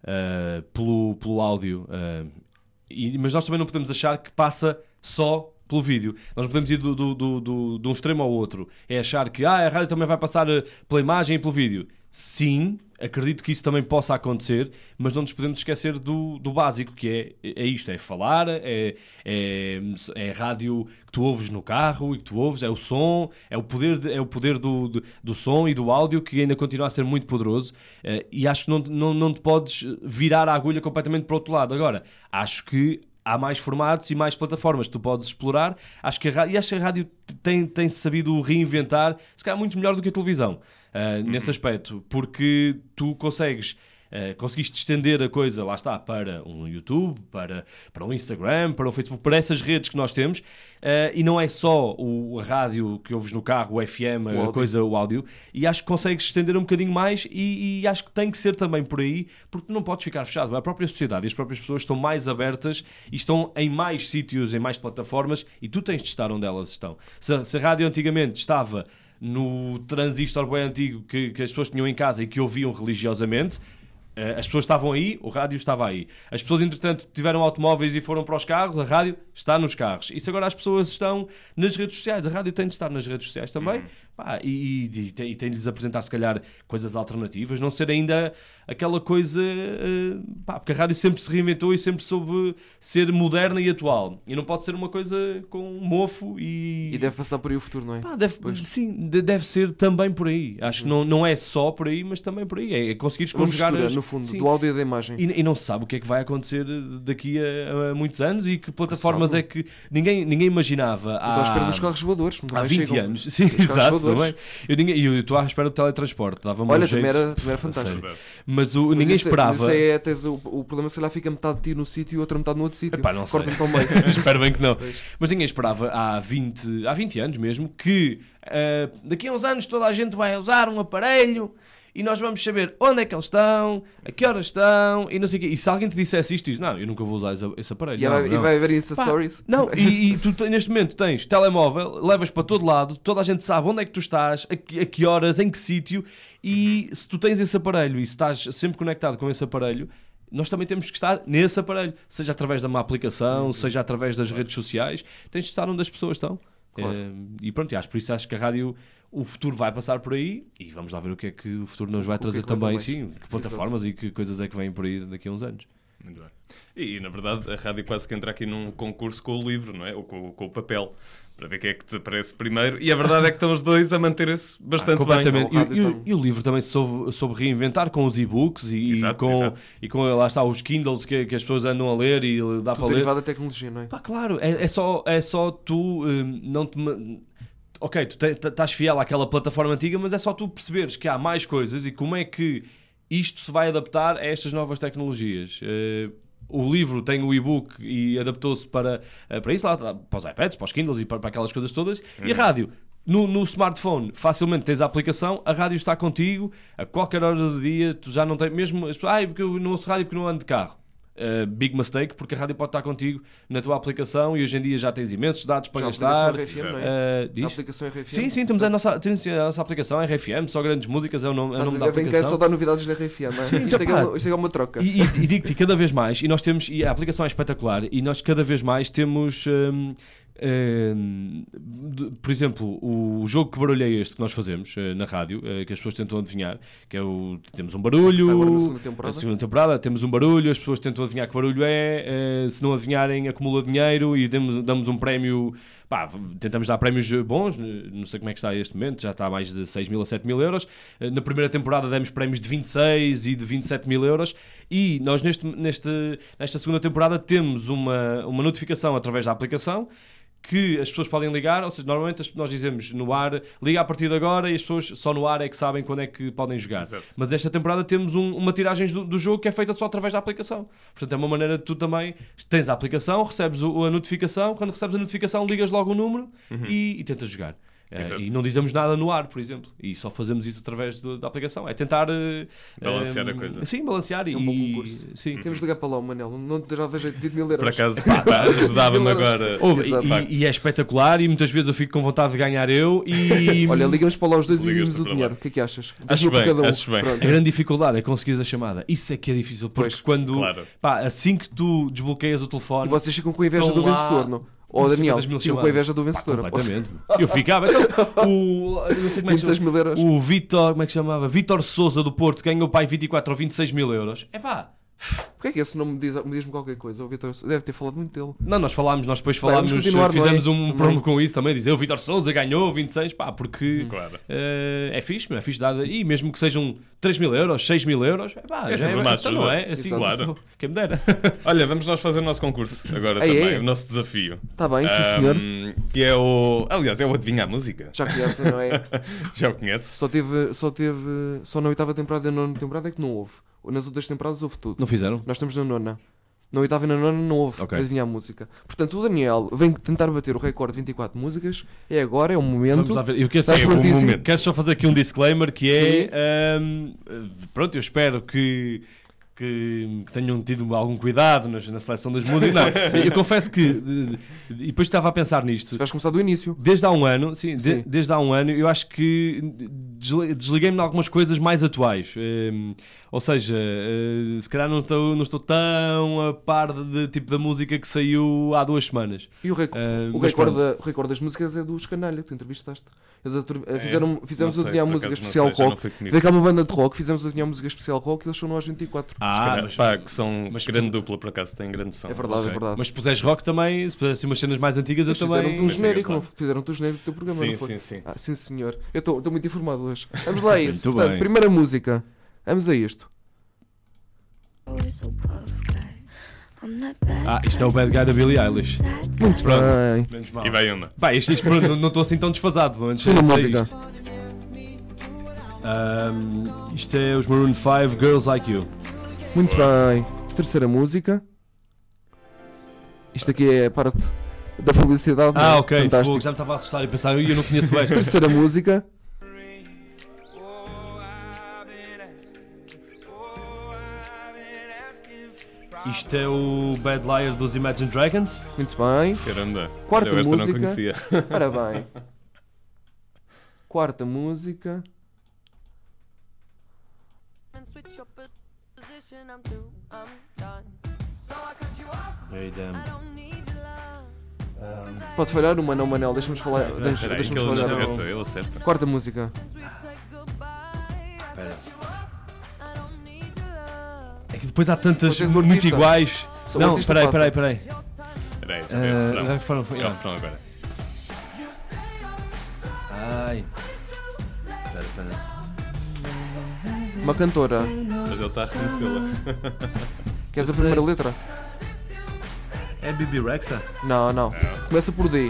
F: ah, pelo, pelo áudio, ah, e- mas nós também não podemos achar que passa só pelo vídeo. Nós não podemos ir do, do, do, do- de um extremo ao outro. É achar que ah, a rádio também vai passar ah, pela imagem e pelo vídeo. Sim, acredito que isso também possa acontecer, mas não nos podemos esquecer do, do básico, que é, é isto, é falar, é, é, é a rádio que tu ouves no carro e que tu ouves, é o som, é o poder, de- é o poder do, do, do som e do áudio que ainda continua a ser muito poderoso eh, e acho que não, não, não te podes eh, virar a agulha completamente para o outro lado. Agora, acho que há mais formatos e mais plataformas que tu podes explorar. Acho que a rádio, e acho que a rádio t- tem, tem sabido reinventar, se calhar muito melhor do que a televisão, ah, nesse aspecto, porque tu consegues. ah, conseguiste estender a coisa, lá está, para um YouTube, para, para um Instagram, para um Facebook, para essas redes que nós temos, ah, e não é só o a rádio que ouves no carro, o FM, a
C: áudio.
F: coisa, o áudio, e acho que consegues estender um bocadinho mais e, e acho que tem que ser também por aí, porque tu não podes ficar fechado. A própria sociedade e as próprias pessoas estão mais abertas e estão em mais sítios, em mais plataformas, e tu tens de estar onde elas estão. Se, a- se a rádio antigamente estava no transistor bem antigo que, que as pessoas tinham em casa e que ouviam religiosamente, Eh, As pessoas estavam aí, o rádio estava aí. As pessoas, entretanto, tiveram automóveis e foram para os carros, a rádio está nos carros. Isso agora as pessoas estão nas redes sociais, a rádio tem de estar nas redes sociais também. Pá, e, e- e tem, e tem de lhes apresentar, se calhar, coisas alternativas, não ser ainda aquela coisa. eh, pá, porque a rádio sempre se reinventou e sempre soube ser moderna e atual. E não pode ser uma coisa com um mofo e.
C: E deve passar por aí o futuro, não é?
F: Pá, deve, sim, de- deve ser também por aí. Acho que não, não é só por aí, mas também por aí. É, é conseguires
C: Uhum. Uma
F: conjugar.
C: mistura,
F: as-
C: no fundo,
F: sim.
C: do áudio e da imagem.
F: E, e não se sabe o que é que vai acontecer daqui a, a muitos anos e que plataformas
C: sabe.
F: é que ninguém, ninguém imaginava.
C: Estou à espera dos
F: Há,
C: carros voadores. nunca
F: Ah, há
C: mais
F: 20
C: chegam.
F: anos. Sim,
C: carros
F: exato.
C: voadores.
F: Também. Eu, ninguém, e eu estou à espera do teletransporte. Dava-me
C: Olha,
F: um jeito.
C: também era, também era fantástico.
D: Verdade.
F: Mas o,
C: Mas
F: ninguém
C: isso é-
F: esperava.
C: mas Isso é, tens o, o problema, se lá fica metade de ti no sítio e outra metade no outro sítio.
F: Epá, não sei.
C: Corta-me tão bem.
F: Espero bem que não. Mas ninguém esperava há 20, há 20 anos mesmo que ah, daqui a uns anos toda a gente vai usar um aparelho e nós vamos saber onde é que eles estão, a que horas estão e não sei o quê. E se alguém te dissesse isto, diz, não, eu nunca vou usar esse- esse aparelho.
C: E,
F: não,
C: vai, e
F: não."
C: vai haver Insta
F: Pá,
C: Stories.
F: Não, e, e tu te- neste momento tens telemóvel, levas para todo lado, toda a gente sabe onde é que tu estás, a que, a que horas, em que sítio,
C: Uhum.
F: e se tu tens esse aparelho e se estás sempre conectado com esse aparelho, nós também temos que estar nesse aparelho, seja através de uma
C: Uhum.
F: aplicação, seja através das redes sociais, tens de estar onde as pessoas estão.
C: Claro.
F: Eh, e pronto, e acho, por isso acho que a rádio, o futuro vai passar por aí e vamos lá ver o que é que o futuro nos vai
C: que é
F: trazer
C: que leva
F: também,
C: mais.
F: sim, que plataformas e que coisas é que vêm por aí daqui a uns anos.
D: Muito bem. E, na verdade, a rádio quase que entra aqui num concurso com o livro, não é? Ou com, com o papel. Para ver quem é que te aparece primeiro. E a verdade é que estão os dois a
C: Ah,
D: manter-se bastante
F: completamente.
D: bem.
C: Ao rádio
F: E, e-
C: também.
F: e o livro também soube, soube reinventar com os e-books e, e
D: Exato,
F: com,
D: exato.
F: e com lá está os Kindles que, que as pessoas andam a ler e dá para ler.
C: derivado da tecnologia, não é?
F: Pá, claro, é, é só, é só tu hum, não te. ma- Ok, tu te- te- estás fiel àquela plataforma antiga, mas é só tu perceberes que há mais coisas e como é que isto se vai adaptar a estas novas tecnologias. Eh, o livro tem o e-book e adaptou-se para, eh, para isso, lá, tá, para os iPads, para os Kindles e para, para aquelas coisas todas. E a rádio? No, no smartphone, facilmente tens a aplicação, a rádio está contigo, a qualquer hora do dia, tu já não tens mesmo. as pessoas, Ai, porque eu não ouço rádio porque não ando de carro. Uh, big mistake, porque a rádio pode estar contigo na tua aplicação e hoje em dia já tens imensos dados para
C: Já a
F: gastar.
C: aplicação RFM, não é?
F: Uh,
C: A
F: diz?
C: aplicação RFM.
F: Sim, sim, temos a nossa, tens a nossa aplicação RFM, só grandes músicas é o nome, é o
C: Estás
F: nome
C: a
F: da
C: ver, vem cá
F: aplicação.
C: só dar novidades da RFM. não é? isto, é que
F: pá.
C: é uma- isto é que é uma troca.
F: E, e- e digo-te, cada vez mais, e nós temos, e a aplicação é espetacular, e nós cada vez mais temos, hum, hum, de- por exemplo, o jogo que barulho é este que nós fazemos eh, na rádio, eh, que as pessoas tentam adivinhar, que é o, temos um barulho,
C: Está agora na segunda temporada.
F: a segunda temporada, temos um barulho, as pessoas tentam adivinhar que barulho é, eh, se não adivinharem acumula dinheiro e damos, damos um prémio, pá, tentamos dar prémios bons, n- não sei como é que está este momento, já está a mais de 6 mil a 7 mil euros, Eh, na primeira temporada demos prémios de 26 e de 27 mil euros e nós neste, neste, nesta segunda temporada temos uma, uma notificação através da aplicação que as pessoas podem ligar, ou seja, normalmente as- nós dizemos no ar, liga a partir de agora e as pessoas só no ar é que sabem quando é que podem jogar.
D: Exato.
F: Mas esta temporada temos um- uma tiragem do, do jogo que é feita só através da aplicação. Portanto, é uma maneira de tu também tens a aplicação, recebes o- a notificação, quando recebes a notificação, ligas logo o número e, e tentas jogar. Eh,
D: Uhum. Exato.
F: e não dizemos nada no ar, por exemplo, e só fazemos isso através do- da aplicação. É tentar eh,
D: Balancear a
F: eh,
D: coisa. Uhum.
F: Sim, balancear e.
C: um bom concurso.
F: Sim.
C: Temos de ligar para lá, o Manel. Não te dava jeito de 20 mil euros.
D: Por acaso, pá, ajudava-me agora.
F: Ouve,
C: Exato.
F: e- e, e é espetacular, e muitas vezes eu fico com vontade de ganhar eu. E
C: Olha, ligamos para lá os dois e
D: Ligas-te
C: dividimos o
D: para
C: dinheiro.
D: lá.
C: O que é que achas?
D: Acho
C: Dois mil por
D: bem,
C: cada um.
D: acho bem.
F: A
C: Pronto.
F: grande dificuldade é conseguires a chamada. Isso é que é difícil, porque
C: Pois,
F: quando
D: claro.
F: pá, assim que tu desbloqueias o telefone,
C: E vocês ficam com a inveja
F: Estão
C: do
F: lá
C: vencedor, não? Ou
F: 50
C: Daniel,
F: mil
C: ficam
F: chamadas.
C: com a inveja do vencedor.
F: completamente. Eu ficava. Então, o, eu não sei como é que
C: 26
F: chama-
C: mil euros.
F: o Vitor, como é que chamava? Vitor Souza do Porto ganhou pai 24 ou 26 mil euros. É pá,
C: Porquê é que esse nome me diz- me diz-me qualquer coisa? O Vitor deve ter falado muito dele.
F: não, nós falámos, nós depois
C: Bem, vamos
F: falámos,
C: continuar,
F: fizemos
C: não é?
F: um
C: Também.
F: promo com isso também. Dizer o Vitor Souza ganhou 26, pá, porque
D: Claro.
F: eh, é fixe, meu, é fixe dar. E mesmo que sejam 3 mil euros, 6 mil euros, é pá,
D: É
F: já
D: sempre uma
F: então não
D: ajuda.
F: é? Assim,
D: Claro.
F: Quem me dera.
D: Olha, vamos nós fazer o nosso concurso agora
C: Ai,
D: também.
C: ai.
D: O nosso desafio.
C: Está bem, sim
D: Ahm,
C: senhor.
D: que é o. Aliás, é o Adivinha a Música.
C: Já conhece, não é?
D: Já o conhece?
C: Só teve, só teve, só na oitava temporada e na nona temporada é que não houve. Nas outras temporadas houve tudo.
F: Não fizeram?
C: Nós estamos na nona. Na oitava e na nona não houve
F: Ok.
C: adivinhar a música. Portanto, o Daniel vem tentar bater o recorde de 24 músicas. É agora, é o momento.
F: Vamos lá ver. Eu quero,
C: Estás
F: só,
C: prontíssimo?
F: momento. quero só fazer aqui um disclaimer que
C: Sim.
F: é ahm, pronto, eu espero que, que, que tenham tido algum cuidado nas- na seleção das músicas. Não, eu confesso que eh, e depois estava a pensar nisto.
C: Vais começar do início.
F: Desde há um ano, sim, de-
C: Sim.
F: desde há um ano, eu acho que desli- desliguei-me de algumas coisas mais atuais. Hum, ou seja, eh, se calhar não estou, não estou tão a par de, de tipo da música que saiu há duas semanas.
C: E o, rec
F: Ah,
C: o,
F: mas
C: recorde,
F: pronto.
C: da- o recorde das músicas é dos Canalha, que tu entrevistaste. Eles atro- eh,
D: É,
C: fizeram, fizemos
D: não sei,
C: adivinhar
D: por
C: música
D: acaso não
C: especial
D: sei, já não
C: rock.
D: fui comigo.
C: Veio cá uma banda de rock, fizemos adivinhar música especial rock e eles foram às 24.
F: Ah, mas,
D: pá, que são
F: mas-
D: grande dupla, por acaso, têm grande som.
C: é verdade, é
D: Ok.
C: verdade.
F: mas se puseres rock também, se puseres assim umas cenas mais antigas,
C: Mas
F: eu
C: fizeram-te um
F: também.
D: Mas
C: genérico,
D: sim,
C: não fizeram-te um genérico do teu programa,
D: Sim,
C: não foi?
D: sim, sim.
C: Ah, sim, senhor. Eu estou muito informado hoje. Vamos lá a isso.
F: Muito
C: Portanto,
F: bem.
C: primeira música. Vamos a isto.
B: Always so puff guy. I'm not bad.
F: Ah, isto é o Bad Guy da Billie Eilish.
B: Sad,
C: Muito
B: sad.
C: bem.
F: Menos mal.
D: E vai uma.
F: Pá, isto, isto, pronto, não estou assim tão desfasado. Antes
C: Segunda
F: de-
C: música.
F: Isto. Ahm, isto é os Maroon 5 Girls Like You.
C: Muito bem. Terceira música. Isto aqui é a parte da felicidade. não é?
F: Ah, ok.
C: Fantástico.
F: Fogo, já me estava a assustar e pensar, eu não conheço esta.
C: Terceira música.
F: Isto é o Bad Liar dos Imagine Dragons.
C: Muito bem.
D: Caramba.
C: Quarta
D: Olha, eu esta não
C: música.
D: conhecia.
C: Ora bem. Quarta música.
G: and switch your po- position. I'm through, I'm done. So I cut you off. I don't need your love.
C: Pode falhar uma, não, Manel. Deixa-nos falar. Deixa,
D: Espera aí,
C: deixa-nos
D: que ele
C: falar.
D: acerta, ele acerta.
C: Quarta música.
G: Since we said goodbye, I cut you off. I don't need your love.
F: É que depois há tantas
C: Vocês
F: muito
C: artista.
F: iguais.
C: Sou
F: Não,
C: artista,
F: peraí,
C: passa.
F: peraí, peraí.
G: Your time is
D: Espera aí, já veio o
F: Ah, já
D: refrão.
F: foram-
D: É o refrão agora.
G: you say I'm sorry.
F: Ai,
G: It's too late.
F: pera, pera.
C: Uma cantora.
D: Mas ele está a reconhecê-la.
C: Queres a primeira letra?
F: É Bibi Rexa?
C: Não, não. Começa por D.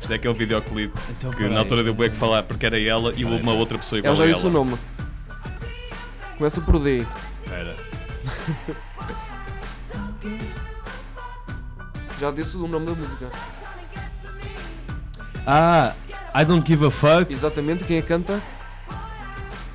D: Isto é aquele videoclipe
F: Então,
D: que
F: peraí.
D: na altura deu bué que falar porque era ela e houve uma outra pessoa igual
C: Ela já
D: a
C: disse o
D: ela.
C: nome. Começa por D.
D: Espera.
C: Já disse o nome da música.
F: Ah, I don't give a fuck.
C: Exatamente quem a canta.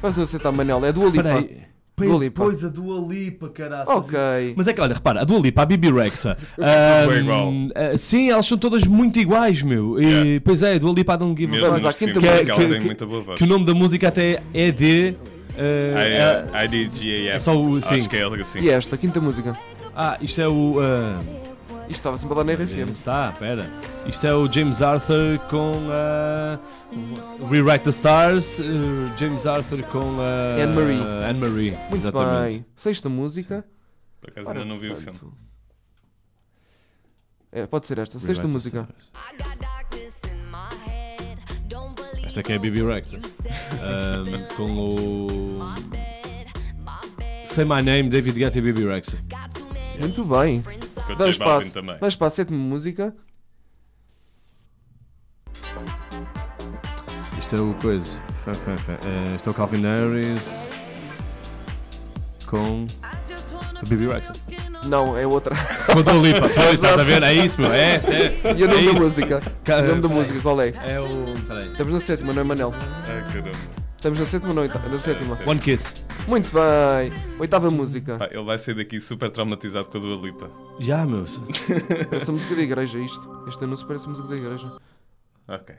C: Mas eu aceitar Manel. É do Lipa.
F: Peraí.
C: Dua Lipa.
F: Pois a Dua Lipa, caraças.
C: Ok.
F: Mas é que, olha, repara, a Dua Lipa, a Bibi Rexa. um, eh,
D: Bem igual.
F: sim, elas são todas muito iguais, meu. E,
D: Yeah.
F: Pois é, a Dua Lipa, I don't give
D: Mesmo
F: a
C: Mas
D: mas
C: há
F: fuck.
D: há
C: quinta
D: quinta que
F: música-
D: ela tem
F: que-
D: muita boa voz. Ah, é,
F: Que o nome da música até é de. eh,
D: I- IDGAF.
F: é só o- sim.
D: Acho que é algo assim.
C: E esta, quinta música.
F: ah, isto é o. ah,
C: Isto estava sempre a dar na RFM.
F: Está, pera. Isto é o James Arthur com a. Rewrite the Stars. eh, James Arthur com a.
C: Anne-Marie.
F: Anne-Marie,
C: Muito
F: exatamente.
C: bem. Sexta música.
D: Por acaso
C: Ora,
D: ainda não vi o
C: portanto.
D: filme.
C: É, pode ser esta. Sexta
F: Rewrite the
C: música.
F: Stars.
G: I got darkness in my head. Don't believe
F: Esta aqui é a Bibi Rexa. Ahm, com o. Say My Name, David Guetta e Bibi Rexa.
C: Muito bem.
D: Com o
C: Dá
D: J
C: espaço.
D: Balvin também.
C: Dá espaço. Sétima música.
F: Isto é o coisa. Fé, fé, fé. Eh, Isto é o Calvin Harris. Com. A Bibi Rexa.
C: Não, é outra.
F: Com a Dua Lipa. Pois, estás a ver? É isso, meu. É, sério.
C: E o nome
F: É
C: da
F: isso.
C: música?
F: Ca-
C: O nome da música, qual é?
F: É o. Peraí.
C: Estamos na sétima, não é, Manel?
D: Ai, caramba.
C: Estamos na sétima ou na oitava? Na sétima.
F: One Kiss.
C: Muito bem. Oitava música.
D: Pá, ele vai sair daqui super traumatizado com a Dua Lipa.
F: Já, meus.
C: Parece a música da igreja, é isto. Este anúncio parece a música da igreja.
D: Ok.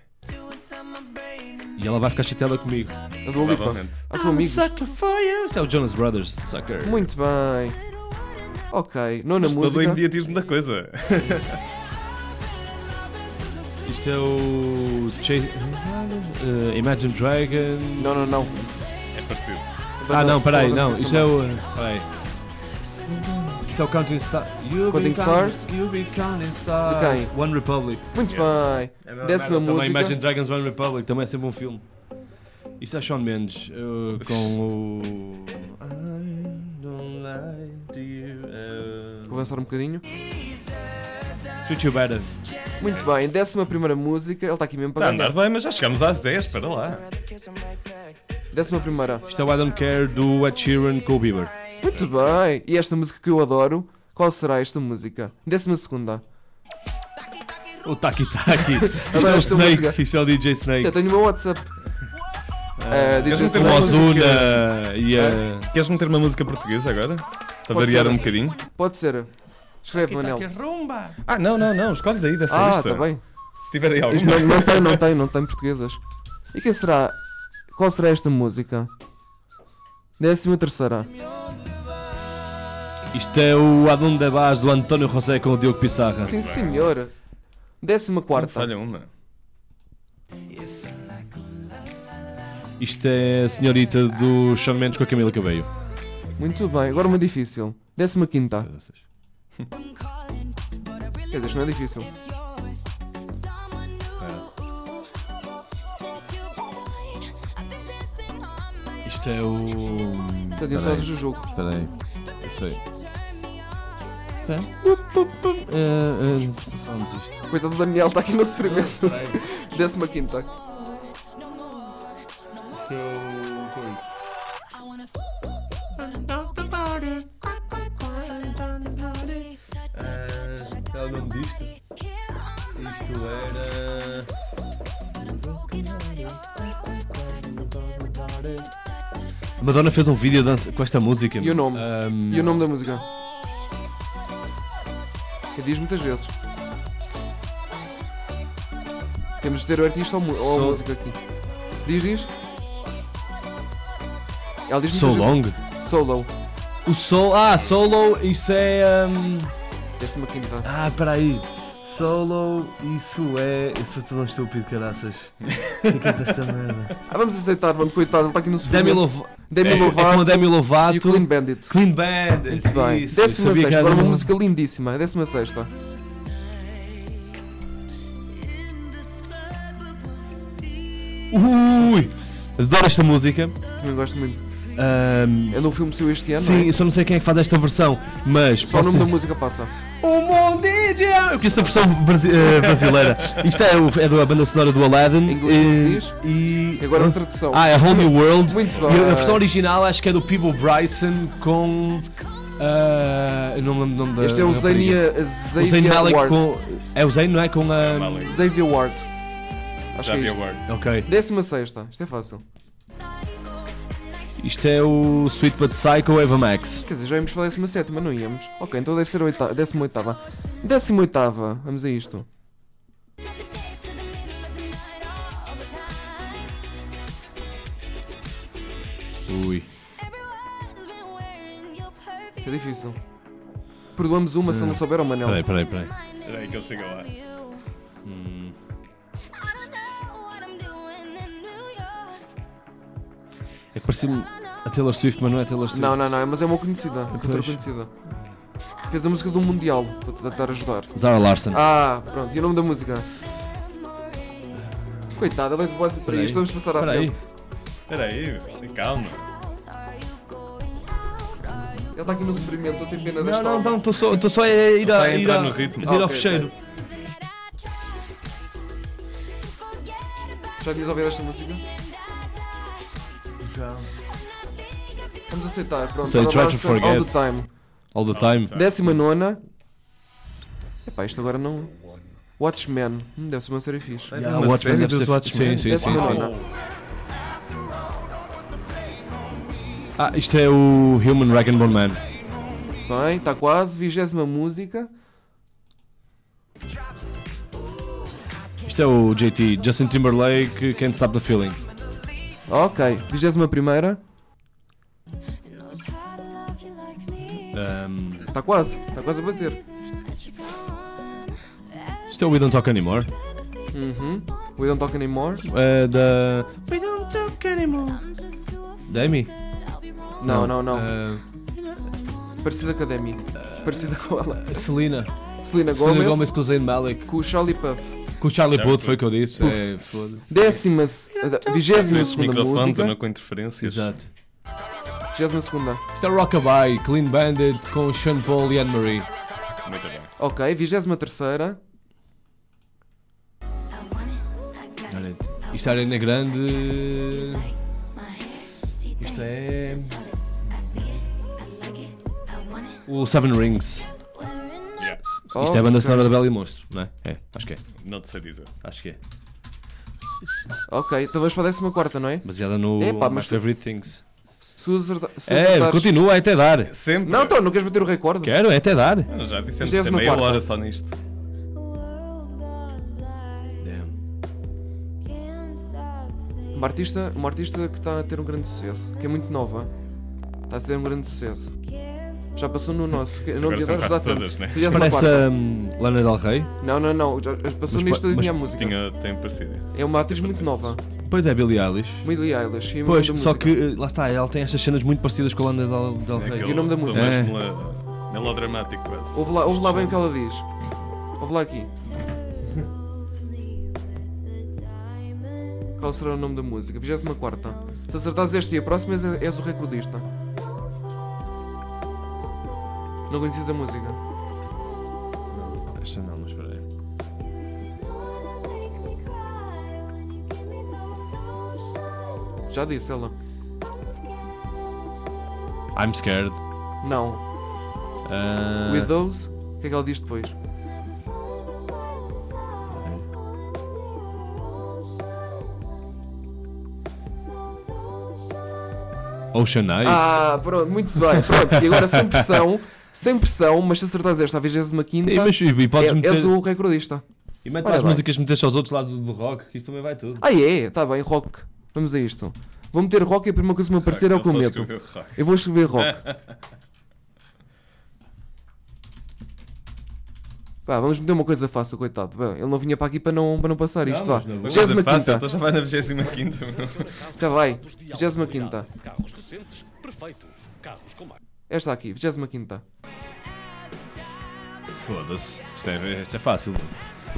F: E ela vai ficar chateada comigo.
C: A Dua Lipa.
D: Provavelmente.
C: Ah, são amigos.
F: Sucker for you. Isso é o Jonas Brothers. Sucker.
C: Muito bem. Ok. Nona
D: Mas todo o
C: música.
D: imediatismo da coisa.
F: Isto é o. Chase... Eh, Imagine Dragon.
C: Não, não, não.
D: É parecido.
F: Ah, não, peraí, não. Isto é
C: o.
F: o. Peraí. Isto é o Counting Stars. You
C: Counting Stars?
F: You be Counting Stars.
C: De
F: One Republic.
C: Muito
D: É
C: bem. Décima
F: Também Imagine
C: música.
F: Dragons One Republic. Também é sempre um filme. Isto é Sean Mendes. eh, com o. I don't lie to you.
C: Vou
F: eh,
C: avançar um bocadinho.
F: Treat You Better.
C: Muito bem. Décima primeira música. Ele está aqui mesmo
D: Está a
C: para
D: andar
C: ganhar.
D: Tá, bem, mas já chegámos às 10, espera lá.
C: Décima primeira.
F: Isto é o I Don't Care do Ed Sheeran com o Bieber.
C: Muito bem. E esta música que eu adoro. Qual será esta música? Décima segunda.
F: O Taki Taki. Isto é
C: Adoro
F: o
C: esta música.
F: Snake. Isto é o DJ
C: Até
F: Snake.
C: tenho o meu WhatsApp. Eh,
D: queres
C: DJ Snake.
D: meter
F: Com o
D: uma música?
F: Ozuna e a.
D: Queres meter uma música portuguesa agora? Para
C: Pode
D: variar
C: ser.
D: um bocadinho?
C: Pode ser. Escreve,
F: tá,
C: Manel.
D: Ah, não, não, não. Escolhe daí dessa
C: Ah,
D: lista.
C: está bem.
D: Se tiver aí
C: Não,
D: alguma.
C: não tem, não tem, não tem portuguesas. E quem será? Qual será esta música? Décima terceira.
F: Isto é o Adonde Vas do António José com o Diogo Pissarra.
C: Sim, senhor. Décima quarta.
D: Olha uma.
F: Isto é a senhorita do Sean Mendes com a Camila Cabello.
C: Muito bem. Agora uma difícil. Décima quinta.
B: I'm calling, but I
C: Quer
B: really
C: dizer, isto não é difícil.
B: yours. Someone new. Since you've been gone, I've been dancing on my
F: Isto é o.
C: Portanto, eu só
H: Peraí.
C: do jogo.
H: Espera aí. Eu sei.
B: turn me on.
H: Tá. Bup, bup, bup. É, é, Passamos isto.
C: Coitado do Daniel, está aqui no sofrimento. Décima quinta.
B: I wanna talk about it. Quack, quack, quack. Talk about it.
F: Ah, Qual é o nome disto?
B: Here on my
F: Isto era. Madonna fez um vídeo a dança com esta música.
C: E o nome?
F: Ahm,
C: E o nome da música? Que diz muitas vezes. Temos de ter o artista ou, mu- ou a
F: So-
C: música aqui. Diz, diz. Ela diz
F: So
C: muitas
F: Long?
C: vezes. So Long.
F: O Sol. Ah, Solo, isso é. ahm,
C: Décima quinta.
F: Ah, peraí. Solo, isso é. Eu sou tão estúpido, caraças. Quem canta esta merda?
C: Ah, vamos aceitar, vamos, coitado, ele está aqui no
F: Demi
C: sofrimento.
F: Lovato.
C: Demi
F: É com a
C: Lovato
F: Demi Lovato.
C: e o Clean Bandit.
F: Clean Bandit.
C: Muito bem.
F: Isso, eu
C: Décima
F: sabia que
C: sexta,
F: era
C: agora uma
F: um-
C: música lindíssima. É Décima sexta.
F: Ui! Adoro esta música.
C: Também gosto muito.
F: Ahm,
C: É no filme que saiu este ano,
F: sim,
C: não é?
F: eu só não sei quem é que faz esta versão, mas.
C: Só o
F: posso-
C: nome da música passa.
F: O mundo ideal! Eu conheço a versão brasi- eh, brasileira. Isto é, o- é da banda sonora do Aladdin. eh,
C: Em inglês como se diz?
F: E.
C: E agora a tradução.
F: Ah, é Whole New World.
C: Muito
F: E a
C: bem.
F: versão original acho que é do Peebo Bryson com. ah, eu não me lembro o nome da.
C: Este é o
F: da
C: Zania
F: rapariga. O Zayn
C: Xavier
F: Malik
C: Ward.
F: com. É o Zayn, não é? Com a.
D: Malik.
C: Xavier Ward. Acho
D: Já
C: que é
D: vi a
C: isto.
D: word.
F: Ok.
C: Décima sexta. Isto é fácil.
F: Isto é o Sweet But Psycho Eva Max.
C: Quer dizer, já íamos para a décima sétima, não íamos. Ok, então deve ser a oita- décima oitava. Décima oitava. Vamos a isto.
F: Ui.
C: Isto é difícil. Perdoamos uma se eu não souber ou Manel.
F: Eh, Peraí, peraí, peraí.
D: Espera aí que eu chego lá.
B: Hmm.
F: É que parecia-me a Taylor Swift, mas não é a Taylor Swift.
C: Não, não, não, mas é uma conhecida. É outra
F: Pois.
C: conhecida. Fez a música do Mundial. Vou tentar ajudar.
F: Zara Larson.
C: Ah, pronto. E o nome da música? Coitada, vai propósito para
F: Peraí.
C: isto. Vamos passar à
F: Espera aí.
C: frente.
D: Espera aí, calma.
C: Ele está aqui no sofrimento. Eu tenho pena
F: Não,
C: desta
F: não, Ah,
C: alma.
F: não, estou só, tô só a ir,
D: Tá
F: a,
D: a
F: ir,
D: entrar
F: a-
D: no ritmo.
F: a ir ao
C: Ok,
F: fecheiro.
C: Já tinhas ouvido esta música? Vamos aceitar, pronto.
F: Sei,
C: Sarah
F: Try
C: Larson,
F: to
C: All the
F: Forget.
C: time.
F: All the time.
C: Décima nona. Epá, isto agora não. Watchmen. Hum, deve ser uma série fixe.
F: Yeah, Watchmen deve ser- Sim, sim, sim.
C: Décima
F: sim.
C: nona.
F: Ah, isto é o Human Rag and Bone Man.
C: Tá Bem, está quase. Vigésima música.
F: Isto é o JT, Justin Timberlake, Can't Stop the Feeling.
C: Ok. Vigésima primeira.
F: Um,
C: Está Tá quase. Está quase a bater.
F: isto é o We Don't Talk Anymore.
C: Uhum. We don't talk anymore.
F: Uh, da. We Don't Talk Anymore. Da Amy?
C: Não, não, não.
F: Uh,
C: Parecida com a Demi. Parecida com ela.
F: Selena.
C: Selena
F: Selena Gomez
C: Gomez.
F: com o Zayn Malik.
C: Com o Charlie Puff.
F: Com o Charlie
D: Puth.
F: Puth, foi o que eu disse. É, foda-se.
C: Décima. se- eh, Vigésima
D: Esses
C: segunda
D: microfones andam
C: música.
D: com interferências.
F: Exato.
C: Vigésima segunda.
F: Isto é Rockabye, Clean Bandit com Sean Paul e Anne-Marie.
D: Muito bem.
C: Ok. Vigésima terceira.
F: Isto é Arena Grande. Isto é. O Seven Rings.
D: Yeah.
F: Isto é a banda sonora da Bela e o Monstro, não é? É, acho que é.
D: Não te sei dizer.
F: Acho que é.
C: Ok, então vamos para a décima quarta, não é?
F: Baseada no
C: Epá,
F: My
C: mas tu-
F: Favorite Things.
C: Se os acerta- se
F: É,
C: acertares-
F: continua, é até dar.
D: Sempre.
C: Não, então, não queres bater o recorde?
F: Quero, é até dar.
D: Ah, Já dissemos
C: Isto é
D: que é meia
C: 14ª.
D: hora só nisto.
F: Damn.
B: Can't stop thinking.
C: Uma artista, uma artista que está a ter um grande sucesso, que é muito nova. Está a ter um grande sucesso. Já passou no nosso. que eu não
D: agora
C: devia
D: são
C: dar ajudar
D: quase
C: tanto.
D: todas, né?
C: 34ª.
F: Parece a hum, Lana Del Rey.
C: Não, não, não. Já já passou
F: Mas
C: nisto
F: pa-
C: da
F: mas
C: minha música.
D: Tinha, tem parecido.
C: É uma atriz muito nova.
F: Pois é, Billie Eilish.
C: Miley Eilish. e
F: Pois,
C: muita
F: só
C: música.
F: que eh, lá está, ela tem estas cenas muito parecidas com a Lana Del, Del Rey.
D: Aquele
C: o nome da
D: tom
C: música?
D: mais
F: É.
D: mela- Melodramático quase.
C: Ouve lá, ouve lá bem o que ela diz. Ouve lá aqui. Qual será o nome da música? 24. Se acertares este e a próxima, és, és o recordista. Não conheces a música?
F: Esta não, mas espera aí.
C: Já disse ela.
F: I'm scared.
C: Não.
F: Ah,
C: With those, o que é que ela diz depois?
F: Ocean Eyes.
C: Ah, pronto, muito bem. Pronto, e agora sem pressão, sem pressão, mas se acertares esta à 25 quinta, é,
F: Sim, mas um e, e podes meter,
C: és o recordista.
F: e mete
C: Ora
F: as
C: bem.
F: músicas que meteste aos outros lados do rock, que isso também vai tudo.
C: Ah, é, tá bem, rock. Vamos a isto. Vou meter rock e a primeira coisa que me aparecer é o
D: Ele Ah, só
C: cometo.
D: escreveu rock.
C: Eu vou escrever rock. Pá, vamos meter uma coisa fácil, coitado. Bem, ele não vinha para aqui para não, para não passar isto, vá.
F: mas na boa.
D: Uma coisa
C: 25
D: fácil, então
C: quinta. Tá
D: já vai na 25.
C: Já vai. 25 quinta.
I: Carros recentes, perfeito. Carros com marca.
C: Esta aqui, 25 quinta.
F: Foda-se. Isto é, isto é fácil.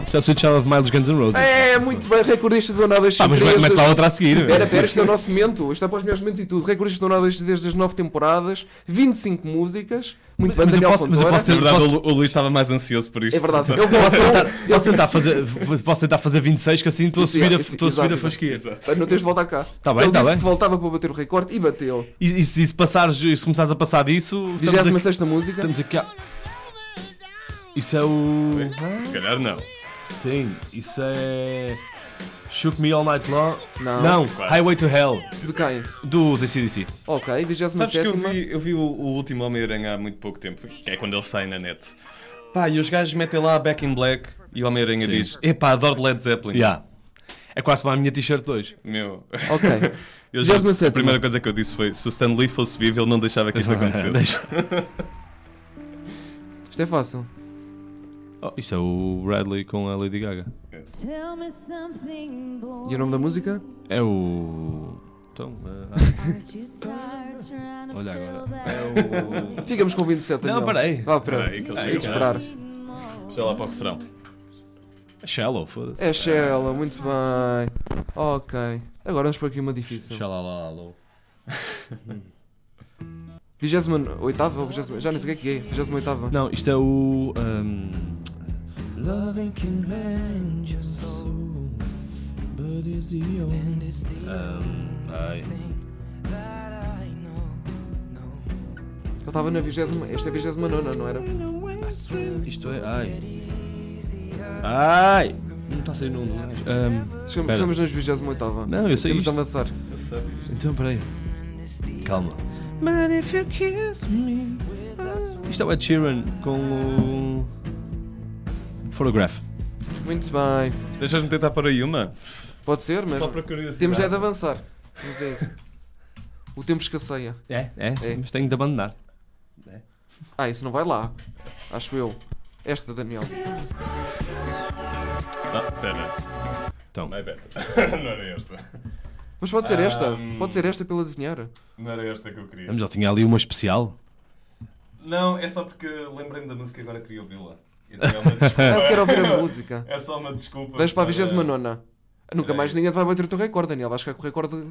F: Isto é o Sweet Child of Miles Guns N' Roses.
C: É, muito bem, recordista do Nada
F: Pá, mas vai- mete lá outra a seguir.
C: Pera, pera, isto é o nosso momento, isto é para os melhores momentos e tudo. Recordista do Nada desde as 9 temporadas, 25 músicas. Muito bem,
F: mas eu
C: Daniel
F: posso- mas eu
C: Fontoura.
F: posso
D: Na verdade,
F: Posso-
D: o Lu- o Luís estava mais ansioso por isto.
C: É verdade, eu vou
F: Tentar- Posso tentar fazer, posso tentar fazer 26, que assim estou
C: É.
F: a
C: Isso,
F: subir a,
C: isso,
F: estou a, subir a
C: exato,
F: fasquia.
D: Exato.
C: Não tens de voltar cá.
F: Tá bem,
C: Ele
F: tá
C: disse
F: bem.
C: que voltava para bater o recorde e bateu.
F: E, e se, e se passares, e se começares a passar disso, estamos aqui,
C: 26 música.
F: estamos aqui a- Isso é o.
D: Se calhar não.
F: Sim, isso é. Shook Me All Night Long.
C: Não.
F: Não, Highway to Hell,
C: De quem?
F: dos ACDC.
C: Ok, 27
D: Sabes que eu vi, eu vi o, o último Homem-Aranha há muito pouco tempo, que é quando ele sai na net. Pá, e os gajos metem lá Back in Black e o Homem-Aranha
F: Sim.
D: diz: Epá, adoro Led Zeppelin.
F: Yeah. É quase para a minha t-shirt hoje.
D: Meu.
C: Ok.
D: Eu
F: assim,
D: já-
C: 27ª.
D: a primeira coisa que eu disse foi: se o Stan Lee fosse vivo, ele não deixava que isto acontecesse.
F: Deixa-
C: Isto é fácil.
F: Oh, isto é o Bradley com a Lady Gaga.
C: E o nome da música?
F: É o. Então. ah, Olha agora.
C: Ficamos com 27, Daniel.
F: Não, peraí.
C: Vá, peraí.
D: Peraí, que
C: Tem
D: ele
C: que
D: chega.
C: esperar.
D: Deixa lá para o refrão.
F: Shallow, foda-se.
C: É Shella, muito bem. Ok. Agora vamos para aqui uma difícil.
F: É. Shallow.
C: 28 ou 20, já nem sei o que é que é. 28
F: Não, isto é o. um, ahm, Ahm, ai.
C: Eu estava na 20, esta é a 29, não era?
F: Isto é. Ai. Ai! Não é? está a sair num do gajo. Ahm,
C: Chegamos,
F: Espera.
C: chegamos nas 28.
F: Não, eu sei
C: Temos de
F: isto.
C: avançar.
F: Então, peraí. Calma. But if you kiss me. Isto é o Ed Sheeran com o. Photograph.
C: Muito bem.
D: Deixas-me tentar para aí uma?
C: Pode ser, mas
D: Só para curiosidade.
C: temos é de avançar. Vamos a isso. O tempo escasseia.
F: É, é,
C: É.
F: mas tenho de abandonar.
C: Ah, isso não vai lá. Acho eu. Esta, Daniel.
D: Ah, espera.
F: Então.
D: My bad. não era esta.
C: Mas pode ser esta.
D: Ahm.
C: Pode ser esta pela adivinhar.
D: Não era esta que eu queria.
F: Vamos, ele tinha ali uma especial.
D: Não, é só porque lembrei-me da música e agora queria ouvi-la. Então é uma desculpa.
C: Ah, quero ouvir a música.
D: É só uma desculpa.
C: Deixa para a 29. Nunca mais ninguém te vai bater o teu recorde, Daniel. Vais ficar com o recorde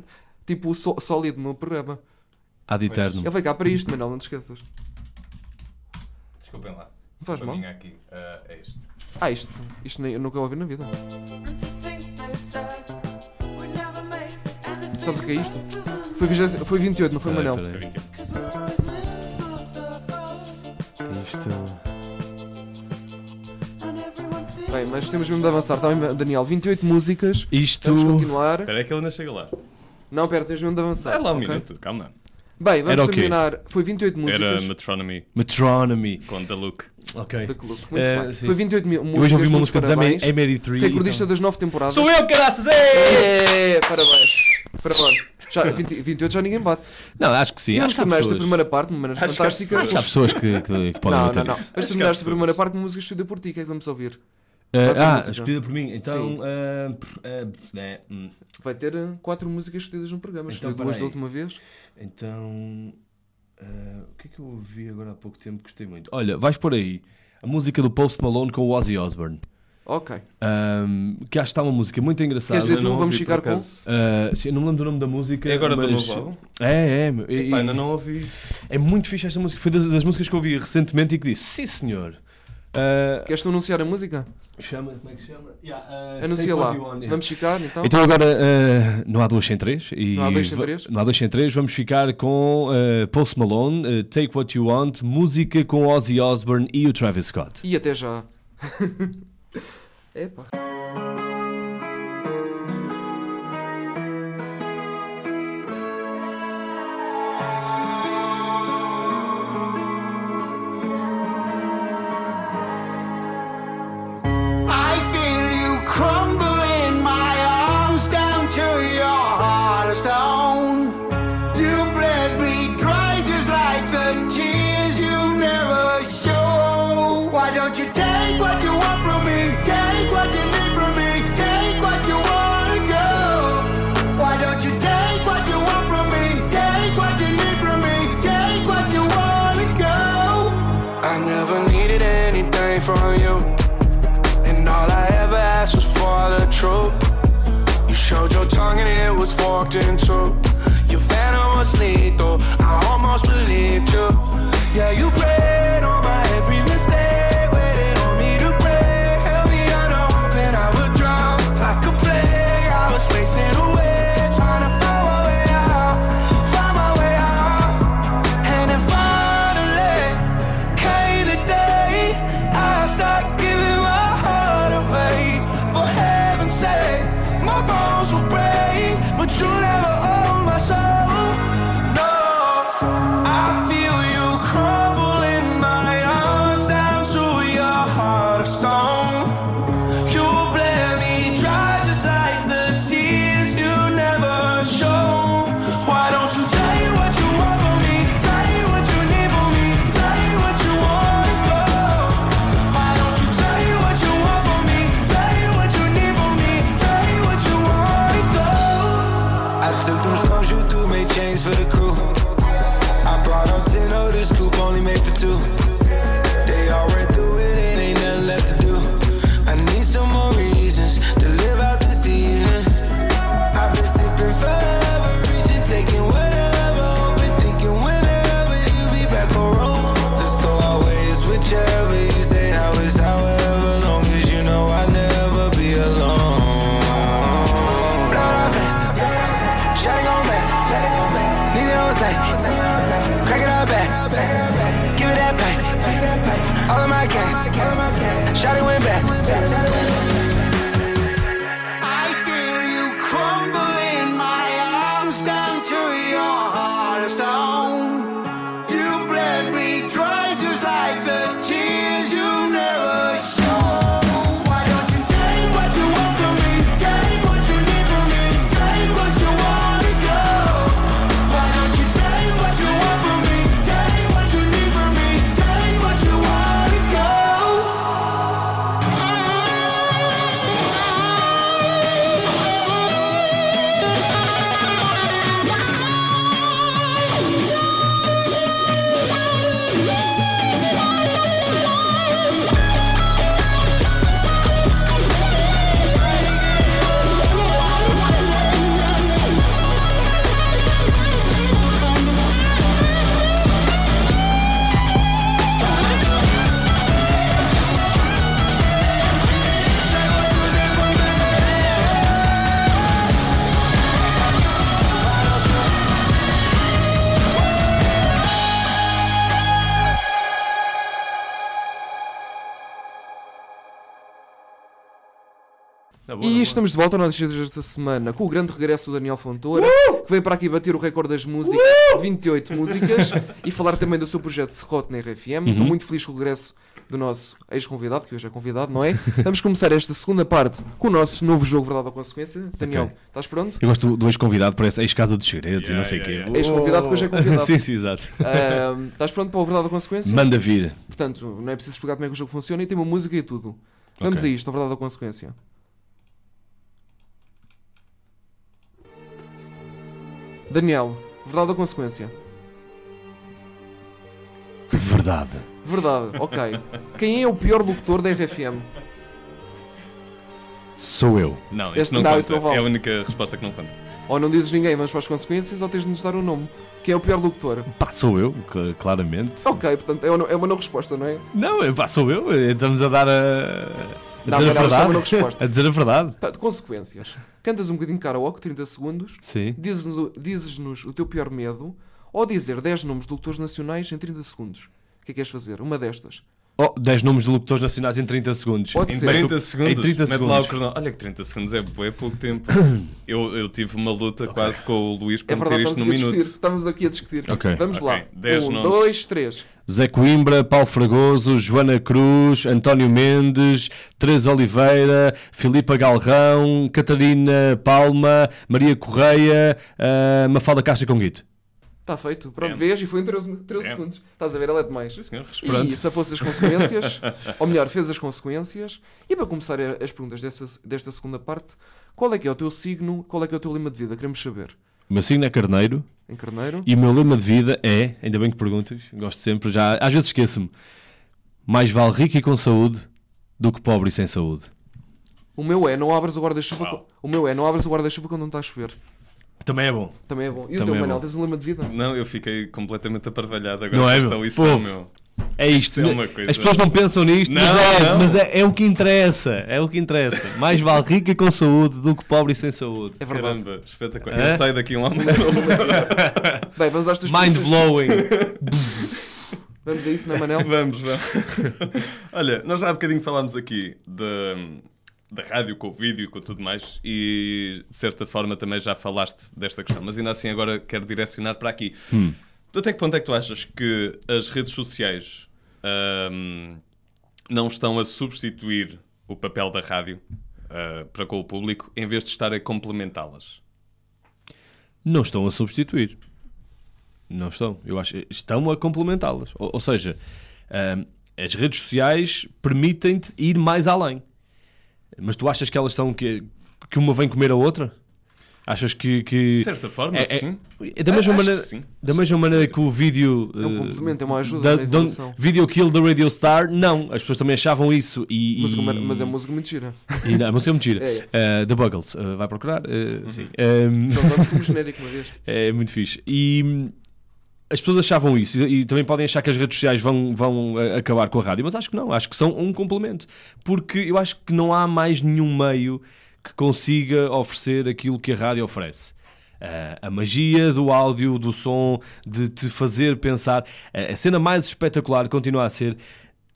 C: tipo só- sólido no programa.
F: Ad Eterno.
C: Ele vai cá para isto, Manuel, não te esqueças.
D: Desculpem lá.
C: Não faz mal.
D: Minha aqui. Ah, é isto.
C: Ah, isto. Isto nem- eu nunca ouvi na vida. Sabes o que é isto? Foi, 20 foi 28, não foi,
F: Peraí,
C: Manel?
F: Ah, peraí. Isto.
C: Bem, mas temos mesmo de avançar, tá bem, Daniel? 28 músicas.
F: Isto.
C: Vamos continuar.
D: Espera aí que ele ainda chega lá.
C: Não, pera, tens mesmo de avançar.
D: É lá um
C: Tá, ok?
D: minuto, calma.
C: Bem, vamos
F: Era o quê?
C: terminar. Foi 28 músicas.
D: Era Metronomy
F: Metronomy.
D: com The Look.
F: Ok.
C: da Clube. Muito
F: Eh,
C: bem.
F: sim.
C: Foi 28 mil
F: Eu hoje ouvi uma
C: muitos
F: música dos
C: parabéns.
F: M83.
C: Que é cordista
F: então.
C: das 9 temporadas.
D: Sou eu, caraças! ei!
C: É, parabéns. Parabéns. Já, 20, 28 já ninguém bate.
F: Não, acho que sim.
C: E
F: acho
C: vamos
F: que há
C: terminar esta
F: pessoas-
C: primeira parte de uma maneira
D: Acho que há
C: fantástica.
F: acho que há pessoas que, que- que podem
C: Não,
F: bater
C: não, não.
F: isso.
C: Vamos terminar esta primeira parte de música escolhida por ti. O que é que vamos ouvir?
F: Eh,
C: Faz uma
F: ah,
C: música.
F: escolhida por mim. Então.
C: Sim.
F: eh, pr- eh, né, hum,
C: Vai ter eh, quatro músicas escolhidas no programa.
F: Então,
C: Escolhi duas
F: peraí.
C: da última vez.
F: Então. eh, o que é que eu ouvi agora há pouco tempo que gostei muito? Olha, vais por aí. A música do Post Malone com o Ozzy Osbourne.
C: Ok.
F: Ahm, que acho que está uma música muito
C: Quer
F: engraçada.
C: dizer,
D: Eu
C: tu
D: não
C: vamos
D: ouvi,
C: ficar
D: por acaso.
F: Ah, sim, eu não me lembro do nome da música.
D: É agora do
F: mas-
D: novo álbum?
F: É, é. meu. E-
D: Pá, ainda não ouvi.
F: É muito fixe esta música. Foi das, das músicas que eu ouvi recentemente e que disse: Sim, senhor. Ah,
C: Queres tu anunciar a música?
F: chama, como é que se chama? Yeah, ah,
C: Anuncia
F: Take
C: lá.
F: 41, yeah.
C: Vamos ficar então.
F: Então agora ah, não há dois sem três. E
C: Não há dois sem
F: va-
C: três.
F: não há dois sem três. Vamos ficar com ah, Post Malone, ah, Take What You Want, música com Ozzy Osbourne e o Travis Scott.
C: E até já. Epá.
A: I feel you crumble in my arms down to your heart of stone. You bled me dry just like the tears you never show. Why don't you take what you want from me? Take what you need from me. Take what you wanna go. Why don't you take what you want from me? Take what you need from me. Take what you wanna go.
J: I never needed anything from you. And all I ever asked was for the truth. You showed your tongue and it was forked in two. Your venom was lethal. I almost believed you. Yeah, you prayed on my every mistake. Waited on me to break. Held me under hoping I would drown like a plague. I was racing away, trying to find my way out. Find my way out. And then finally came the day I start giving my heart away. For heaven's sake, my bones will break, but you never own my soul. No, I feel you crumble in my arms down to your heart of stone. You bled me dry just like the tears you never show. Why don't you tell you what you want from me? Tell you what you need from me. Tell you what you want to go. Why don't you tell you what you want from me? Tell you what you need from me. Tell you what you want to go. I took them stones you threw, made chains for the crew. I brought up ten of this coupe, only made for two. They all ran through it, it ain't nothing left to do. I need some more reasons to live out this evening. I've been sipping forever, reaching, taking whatever. Hoping, thinking whenever you be back on road. Let's go our ways, whichever you say, how is however long as you know I'll never be alone. Blood on me, shot it on back, need it on sight, crack it up back, give it that pain, all of my gang, shot it went back. I feel you crumble in my arms down to your heart of stone. You bled me dry just like the tears you never show. Why don't you take what you want from me? Take what you need from me. Take what you want to go. Why don't you take what you want from me? Take what you need from me. Take what you want to go.
D: Tá
C: E estamos de volta ao Notícias desta semana com o grande regresso do Daniel Fontoura, que vem para aqui bater o recorde das músicas,
F: Uhum.
C: 28 músicas, e falar também do seu projeto Serrote na RFM. Estou muito feliz com o regresso do nosso ex-convidado, que hoje é convidado, não é? Vamos começar esta segunda parte com o nosso novo jogo Verdade ou Consequência. Daniel,
F: Ok.
C: estás pronto?
F: Eu gosto do- do ex-convidado, parece ex-casa dos segredos e não
D: Yeah,
F: sei o
D: yeah,
F: quê.
D: yeah.
C: Ex-convidado que hoje é convidado.
F: sim, sim, exato.
C: Ahm, estás pronto para o Verdade ou Consequência?
F: Manda vir.
C: Portanto, não é preciso explicar como é que o jogo funciona e tem uma música e tudo. Vamos
F: Ok.
C: a isto, a verdade ou consequência. Daniel, verdade ou consequência?
F: Verdade.
C: Verdade, ok. Quem é o pior locutor da RFM?
F: Sou eu.
D: Não,
C: Este-
D: isso não
C: não,
D: conta.
C: isso não vale.
D: É a única resposta que não conta.
C: Ou não dizes ninguém, vamos para as consequências, ou tens de nos dar um nome. Quem é o pior locutor?
F: Pá, sou eu, cl- claramente.
C: Ok, portanto, é uma, é uma não resposta, não é?
F: Não, é pá, sou eu. eh, Estamos a dar a. A
C: Não,
F: dizer
C: não,
F: a
C: não, chama não
F: verdade.
C: resposta.
F: a dizer a verdade.
C: Portanto, Tá, consequências. Cantas um bocadinho karaoke, 30 segundos,
F: Sim.
C: dizes-nos o- dizes-nos o teu pior medo, ou dizer 10 nomes de doutores nacionais em 30 segundos. O que é que queres fazer? Uma destas.
F: Oh, 10 nomes de locutores nacionais em 30 segundos.
C: Pode
F: em
C: ser.
D: 30
F: tu-
D: segundos.
F: Em 30
D: mete lá o
F: segundos.
D: cronó- Olha que 30 segundos é, bué pouco tempo. eu, eu tive uma luta quase com o Luís para
C: É
D: meter
C: verdade,
D: isto
C: estamos
D: num
C: aqui a discutir.
D: minuto.
C: Estamos aqui a discutir.
F: Ok.
C: Vamos
D: Ok,
C: lá.
D: dez
C: um,
D: nomes.
C: dois, três.
F: Zé Coimbra, Paulo Fragoso, Joana Cruz, António Mendes, Teresa Oliveira, Filipa Galrão, Catarina Palma, Maria Correia, ah, Mafalda Caixa Conguito.
C: Está Tá feito. Pronto,
D: É.
C: vês? E foi em 13, 13
D: É.
C: segundos. Estás a ver, ela é demais.
D: Sim, senhor. respeito.
C: E se fosse as consequências, ou melhor, fez as consequências. E para começar a- as perguntas desta, desta segunda parte, qual é que é o teu signo, qual é que é o teu lima de vida? Queremos saber.
F: O meu signo é carneiro
C: Em carneiro?
F: e o meu lema de vida é, ainda bem que perguntas, gosto sempre, já às vezes esqueço-me, mais vale rico e com saúde do que pobre e sem saúde.
C: O meu é, não abras o guarda-chuva. co- O meu é, não abras o guarda-chuva quando não está a chover.
F: Também é bom.
C: Também é bom. E o
F: Também
C: teu,
F: é
C: Manel,
F: bom.
C: tens um lema de vida?
D: Não, eu fiquei completamente aparvalhado agora.
F: Não
D: com
F: é,
D: esta
F: meu?
D: lição,
F: Pô.
D: meu.
F: É isto.
D: Isso é
F: né?
D: uma coisa.
F: As pessoas não pensam nisto,
D: Não,
F: mas, é,
D: não.
F: mas é- é o que interessa. É o que interessa. Mais vale rica com saúde do que pobre e sem saúde.
C: É verdade.
D: Caramba, espetacular.
F: Hã?
D: Eu saio daqui um homem.
C: Bem, vamos às tuas
F: Mind
C: perguntas.
F: blowing.
C: Vamos a isso, não é, Manel?
D: Vamos, vamos. Olha, nós já há bocadinho falámos aqui de, da rádio com o vídeo e com tudo mais, e de certa forma também já falaste desta questão, mas ainda assim agora quero direcionar para aqui.
F: Hum.
D: Tu até que ponto é que tu achas que as redes sociais ahm, não estão a substituir o papel da rádio ah, para com o público em vez de estar a complementá-las?
F: Não estão a substituir. Não estão. Eu acho estão a complementá-las. Ou, ou seja, hum, as redes sociais permitem-te ir mais além. Mas tu achas que elas estão que, que uma vem comer a outra? Achas que, que-
D: De certa forma,
F: É- é-
D: sim.
F: É da mesma
D: Acho
F: maneira
D: que
F: que,
D: sim.
F: da mesma maneira que o vídeo
C: um
F: eh,
C: complemento, é uma ajuda
F: da-
C: na
F: da-
C: evolução.
F: Video Kill da Radio Star, não, as pessoas também achavam isso e, e-
C: Música mar- mas é música muito gira.
F: e não, mas é mentira.
C: É,
F: Eh, The Buggles, eh, vai procurar? Eh,
D: Uhum.
F: sim. Ehm,
C: Já usámos como genérico uma vez.
F: é muito fixe. E hum, as pessoas achavam isso, e, e também podem achar que as redes sociais vão, vão a- acabar com a rádio, mas acho que não, acho que são um complemento. Porque eu acho que não há mais nenhum meio que consiga oferecer aquilo que a rádio oferece. Ah, a magia do áudio, do som, de te fazer pensar. Eh, A- a cena mais espetacular continua a ser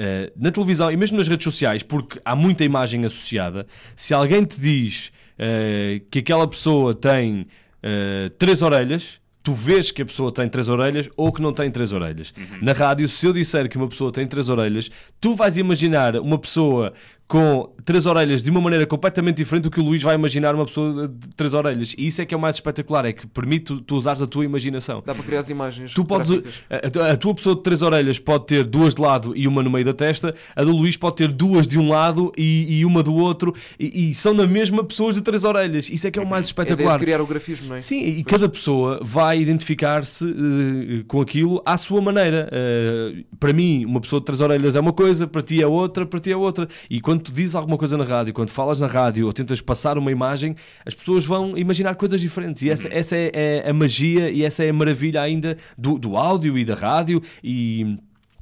F: Uh, na televisão e mesmo nas redes sociais, porque há muita imagem associada, se alguém te diz uh, que aquela pessoa tem uh, três orelhas, tu vês que a pessoa tem três orelhas ou que não tem três orelhas.
C: Uhum.
F: Na rádio, se eu disser que uma pessoa tem três orelhas, tu vais imaginar uma pessoa com três orelhas de uma maneira completamente diferente do que o Luís vai imaginar uma pessoa de três orelhas. E isso é que é o mais espetacular, é que permite tu, tu usares a tua imaginação.
C: Dá para criar as imagens.
F: Tu podes,
C: gráficas. É
F: a, a tua- a tua pessoa de três orelhas pode ter duas de lado e uma no meio da testa, a do Luís pode ter duas de um lado e, e uma do outro, e, e são na mesma pessoas de três orelhas. Isso é que é o
C: É
F: mais
C: a ideia de
F: espetacular.
C: criar o grafismo, não é?
F: Sim, e cada pessoa vai identificar-se eh, com aquilo à sua maneira. Eh, para mim, uma pessoa de três orelhas é uma coisa, para ti é outra, para ti é outra. E quando tu dizes alguma coisa na rádio, quando falas na rádio ou tentas passar uma imagem, as pessoas vão imaginar coisas diferentes. E
C: Uhum.
F: essa, essa é, é a magia e essa é a maravilha ainda do, do áudio e da rádio e.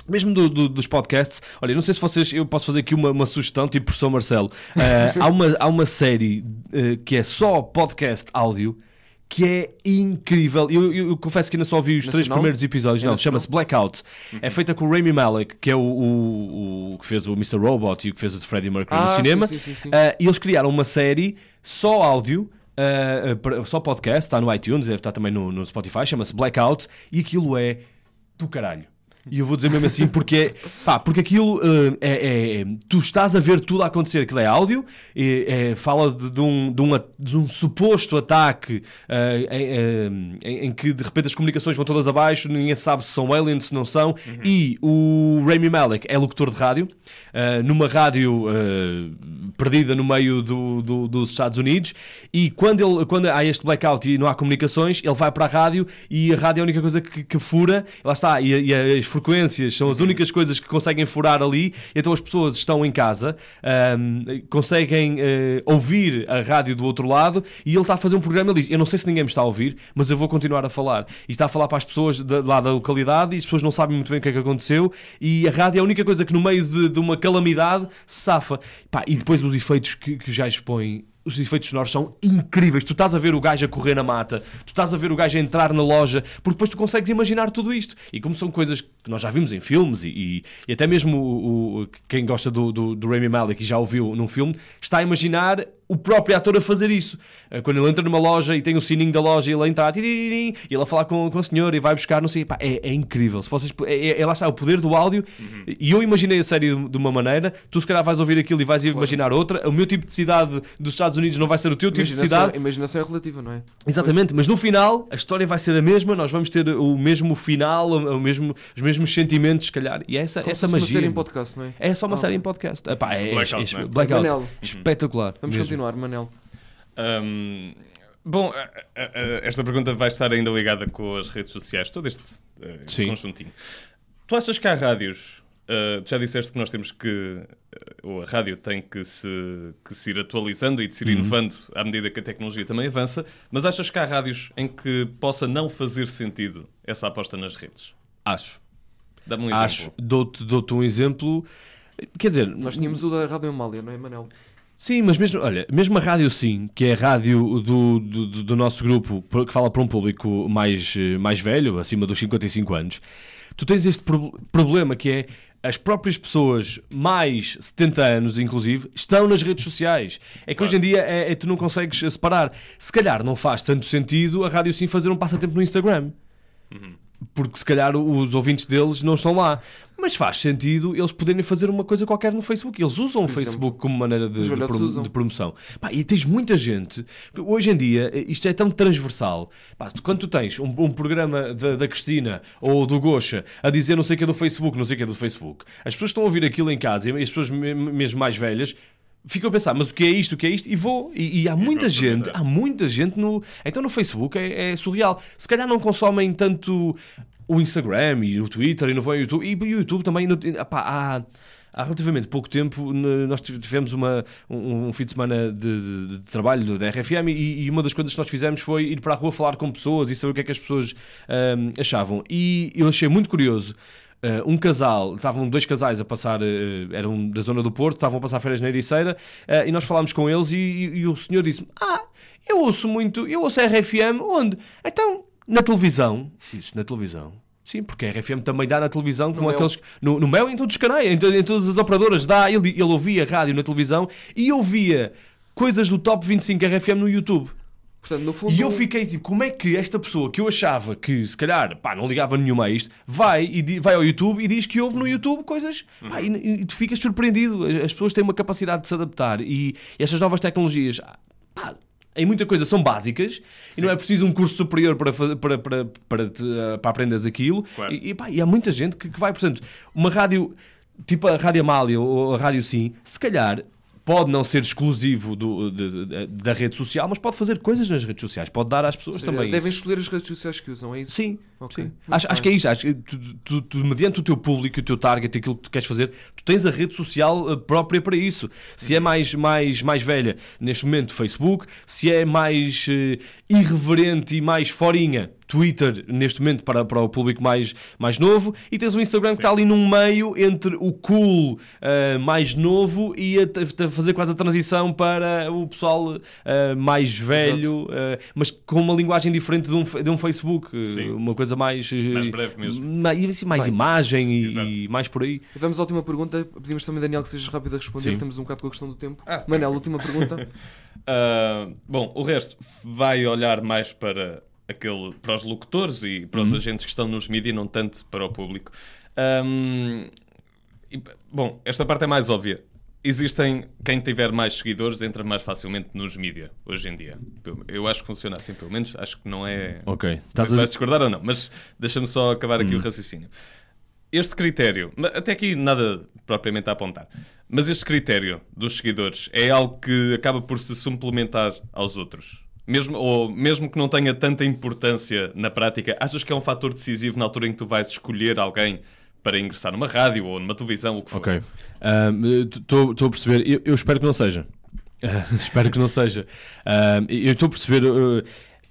F: Mesmo do- do- dos podcasts, olha, não sei se vocês, eu posso fazer aqui uma, uma sugestão, tipo professor Marcelo. Eh, há, uma, há uma série eh, que é só podcast áudio que é incrível. Eu, eu- eu confesso que ainda só ouvi os três
C: Nacional?
F: primeiros episódios.
C: É
F: não,
C: nacional? Uhum.
F: chama-se Blackout. É feita com o Rami Malek, que é o, o- o que fez o Mr. Robot e o que fez o de Freddie Mercury
C: Ah,
F: no
C: sim,
F: cinema.
C: sim, sim, sim.
F: Ah, e eles criaram uma série só áudio. ah, ah, para- só podcast, está no iTunes, deve estar também no, no Spotify, chama-se Blackout, e aquilo é do caralho. E eu vou dizer mesmo assim, porque, é- pá, porque aquilo eh, é, é- é- Tu estás a ver tudo a acontecer. Aquilo é áudio, é- é- fala de, de um, de um a- de um suposto ataque eh, em, eh, em- em que de repente as comunicações vão todas abaixo, ninguém sabe se são aliens, se não são. E o Rami Malek é locutor de rádio, eh, numa rádio eh, perdida no meio do- do- dos Estados Unidos. E quando, ele, quando há este blackout e não há comunicações, ele vai para a rádio e a rádio é a única coisa que, que fura. Lá está, e, e as frequências são as únicas coisas que conseguem furar ali. Então as pessoas estão em casa, ahm, conseguem eh, ouvir a rádio do outro lado e ele está a fazer um programa. Ele diz: Eu não sei se ninguém me está a ouvir, mas eu vou continuar a falar. E está a falar para as pessoas da- lá da localidade e as pessoas não sabem muito bem o que é que aconteceu. E a rádio é a única coisa que, no meio de, de uma calamidade, se safa. Pá, e depois os efeitos que, que já expõe os efeitos sonoros são incríveis. Tu estás a ver o gajo a correr na mata, tu estás a ver o gajo a entrar na loja, porque depois tu consegues imaginar tudo isto. E como são coisas que nós já vimos em filmes, e, e- e até mesmo o, o- quem gosta do, do, do Rami Malek e já o viu num filme, está a imaginar o próprio ator a fazer isso. Eh, Quando ele entra numa loja e tem o sininho da loja e ele entra, e ele a falar com, com a senhora e vai buscar, não sei, pá, é, é incrível. Se vocês, pu- é, é- é lá está o poder do áudio. E eu imaginei a série de, de uma maneira, tu se calhar vais ouvir aquilo e vais imaginar outra. O meu tipo de cidade dos Estados Unidos não vai ser o teu tipo de
C: Imaginação,
F: cidade.
C: imaginação é relativa, não é?
F: Exatamente, mas no final a história vai ser a mesma, nós vamos ter o mesmo final, o o mesmo, os mesmos sentimentos, se calhar. E é essa,
C: Como
F: essa
C: se fosse
F: magia.
C: uma série em podcast, não é?
F: É só uma
C: Ah,
F: série em
C: ok.
F: podcast. Epá, é, é-
D: Blackout,
F: é-
D: não é?
F: Blackout.
C: Manel.
F: Espetacular.
C: Vamos
F: mesmo.
C: continuar, Manel.
D: Hum, bom, a- a- a- esta pergunta vai estar ainda ligada com as redes sociais, todo este eh,
F: Sim.
D: conjuntinho. Tu achas que há rádios? eh, tu já disseste que nós temos que. eh, ou a rádio tem que se, que se ir atualizando e de se ir inovando à medida que a tecnologia também avança, mas achas que há rádios em que possa não fazer sentido essa aposta nas redes?
F: Acho.
D: Dá-me um
F: Acho.
D: exemplo.
F: Dou-te dou-te um exemplo. Quer dizer,
C: Nós tínhamos o da Rádio Amália, não é, Manel?
F: Sim, mas mesmo, olha, mesmo a rádio Sim, que é a rádio do, do, do- do nosso grupo, por- que fala para um público mais, eh, mais velho, acima dos 55 anos, tu tens este prob- problema que é as próprias pessoas, mais 70 anos inclusive, estão nas redes sociais. É que hoje em dia é, é- tu não consegues separar. Se calhar não faz tanto sentido a rádio Sim fazer um passatempo no Instagram porque se calhar os ouvintes deles não estão lá. Mas faz sentido eles poderem fazer uma coisa qualquer no Facebook. Eles usam o
C: exemplo.
F: Facebook como maneira de,
C: Os
F: de,
C: velhotes
F: promo-
C: usam.
F: de promoção. Pá, e tens muita gente. Hoje em dia, eh, isto é tão transversal. Pá, tu- quando tu tens um, um programa da, da Cristina ou do Gocha a dizer não sei o que é do Facebook, não sei o que é do Facebook, as pessoas estão a ouvir aquilo em casa e as pessoas me- mesmo mais velhas. ficam a pensar, mas o que é isto, o que é isto? E vou. E, e há muita gente, há muita gente no. Então no Facebook é, é surreal. Se calhar não consomem tanto o Instagram e o Twitter e não vão ao YouTube. E o YouTube também. no- e, pá, há, há relativamente pouco tempo n- nós tive- tivemos uma, um, um fim de semana de, de- de trabalho do- da RFM e, e uma das coisas que nós fizemos foi ir para a rua falar com pessoas e saber o que é que as pessoas ahm, achavam. E eu achei muito curioso. Uh, um casal, estavam dois casais a passar, uh, eram da zona do Porto, estavam a passar férias na Ericeira, uh, e nós falámos com eles e, e- e o senhor disse-me: Ah, eu ouço muito, eu ouço a RFM, onde? Então, na televisão. Isso, na televisão. Sim, porque a RFM também dá na televisão, como
C: Mel.
F: aqueles. que- No, no Mel, e em todos os canais, em, to- em todas as operadoras, dá. Ele, ele ouvia rádio na televisão e ouvia coisas do top 25 RFM no YouTube.
C: Portanto, no fundo,
F: E eu fiquei tipo, como é que esta pessoa que eu achava que se calhar pá, não ligava nenhuma a isto, vai, e di- vai ao YouTube e diz que ouve no YouTube coisas pá, e, e tu ficas surpreendido. As pessoas têm uma capacidade de se adaptar e estas novas tecnologias pá, em muita coisa são básicas e não é preciso um curso superior para, fa- para, para, para, te, ah, para aprenderes aquilo.
D: Claro.
F: E, e, pá, e há muita gente que, que vai, portanto, uma rádio tipo a Rádio Amália ou a Rádio Sim, se calhar. Pode não ser exclusivo do- de- de- da rede social, mas pode fazer coisas nas redes sociais, pode dar às pessoas
C: ou seja,
F: também.
C: devem
F: isso.
C: escolher as redes sociais que usam, é isso?
F: Sim,
C: Ok.
F: sim.
C: Muito
F: Acho, acho que é
C: bem.
F: isso. Acho que tu, tu- tu- mediante o teu público, o teu target, aquilo que tu queres fazer, tu tens a rede social eh, própria para isso. Se é mais, mais, mais velha, neste momento, Facebook. Se é mais eh, irreverente e mais forinha, Twitter, neste momento, para, para o público mais, mais novo. E tens o Instagram que está ali num meio entre o cool eh, mais novo e a, t- a fazer quase a transição para o pessoal eh, mais velho, eh, mas com uma linguagem diferente de um, fe- de um Facebook. eh,
D: Sim.
F: uma coisa mais. eh,
D: Mais breve mesmo.
F: ma- e assim, mais imagem
D: Exato.
F: e- e, mais por aí.
C: E vamos à última pergunta. Pedimos também, Daniel, que sejas rápido a responder. Temos um bocado com a questão do tempo.
D: Ah,
C: Manel, última pergunta.
D: Ah, bom, o resto vai olhar mais para, aquele, para os locutores e para os agentes que estão nos mídias, não tanto para o público. Ahm, e, bom, esta parte é mais óbvia. Existem quem tiver mais seguidores entra mais facilmente nos mídia hoje em dia. Eu- Eu acho que funciona assim, pelo menos. Acho que não é.
F: Ok.
D: Não sei
F: Estás
D: se
F: a-
D: vais discordar ou não, mas deixa-me só acabar aqui
F: Hum.
D: o raciocínio. Este critério, ma- até aqui nada propriamente a apontar, mas este critério dos seguidores é algo que acaba por se suplementar aos outros. Mesmo, ou mesmo que não tenha tanta importância na prática, achas que é um fator decisivo na altura em que tu vais escolher alguém para ingressar numa rádio ou numa televisão, o que for?
F: Ok. Estou a perceber. Eu, eu espero que não seja. Ah, espero que não seja. Ah, eu estou a perceber. ah,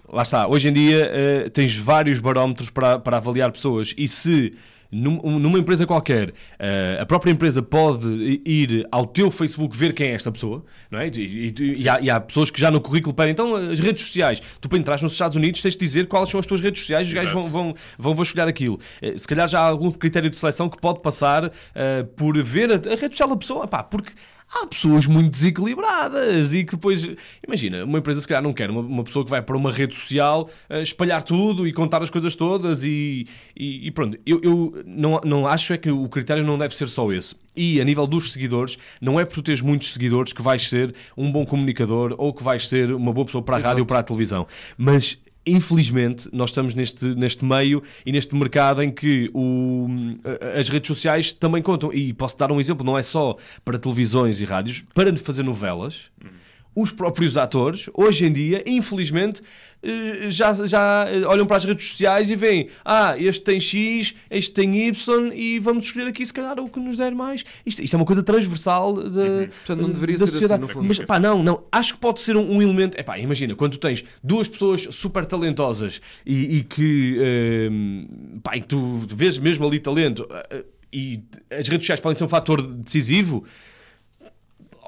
F: lá está. Hoje em dia ah, tens vários barómetros para, para avaliar pessoas. E se num- um, numa empresa qualquer ah, a própria empresa pode ir ao teu Facebook ver quem é esta pessoa, não é? E, e- e há, e há pessoas que já no currículo pedem então as redes sociais. Tu para entrar nos Estados Unidos tens de dizer quais são as tuas redes sociais. Os gajos
D: Exato.
F: vão, vão, vão vasculhar aquilo. Eh, Se calhar já há algum critério de seleção que pode passar eh, por ver a, a rede social da pessoa, pá, porque há pessoas muito desequilibradas e que depois, imagina, uma empresa se calhar não quer uma, uma pessoa que vai para uma rede social eh, espalhar tudo e contar as coisas todas e, e- e pronto. Eu, eu não, não acho é que o critério não deve ser só esse. E a nível dos seguidores, não é por tu teres muitos seguidores que vais ser um bom comunicador ou que vais ser uma boa pessoa para a
C: Exato.
F: rádio ou para a televisão. Mas Infelizmente, nós estamos neste, neste meio e neste mercado em que o- as redes sociais também contam. E posso dar um exemplo: não é só para televisões e rádios, para fazer novelas. Os próprios atores, hoje em dia, infelizmente, eh, já, já olham para as redes sociais e veem: ah, este tem X, este tem Y, e vamos escolher aqui, se calhar, o que nos der mais. Isto, isto é uma coisa transversal da,
C: Uhum. Portanto, não deveria
F: da
C: ser assim,
F: sociedade.
C: no fundo.
F: Mas, pá, não, não. Acho que pode ser um, um elemento. Epá, imagina, quando tu tens duas pessoas super talentosas e, e que. ehm, pá, e que tu vês mesmo ali talento eh, eh, e as redes sociais podem ser um fator decisivo.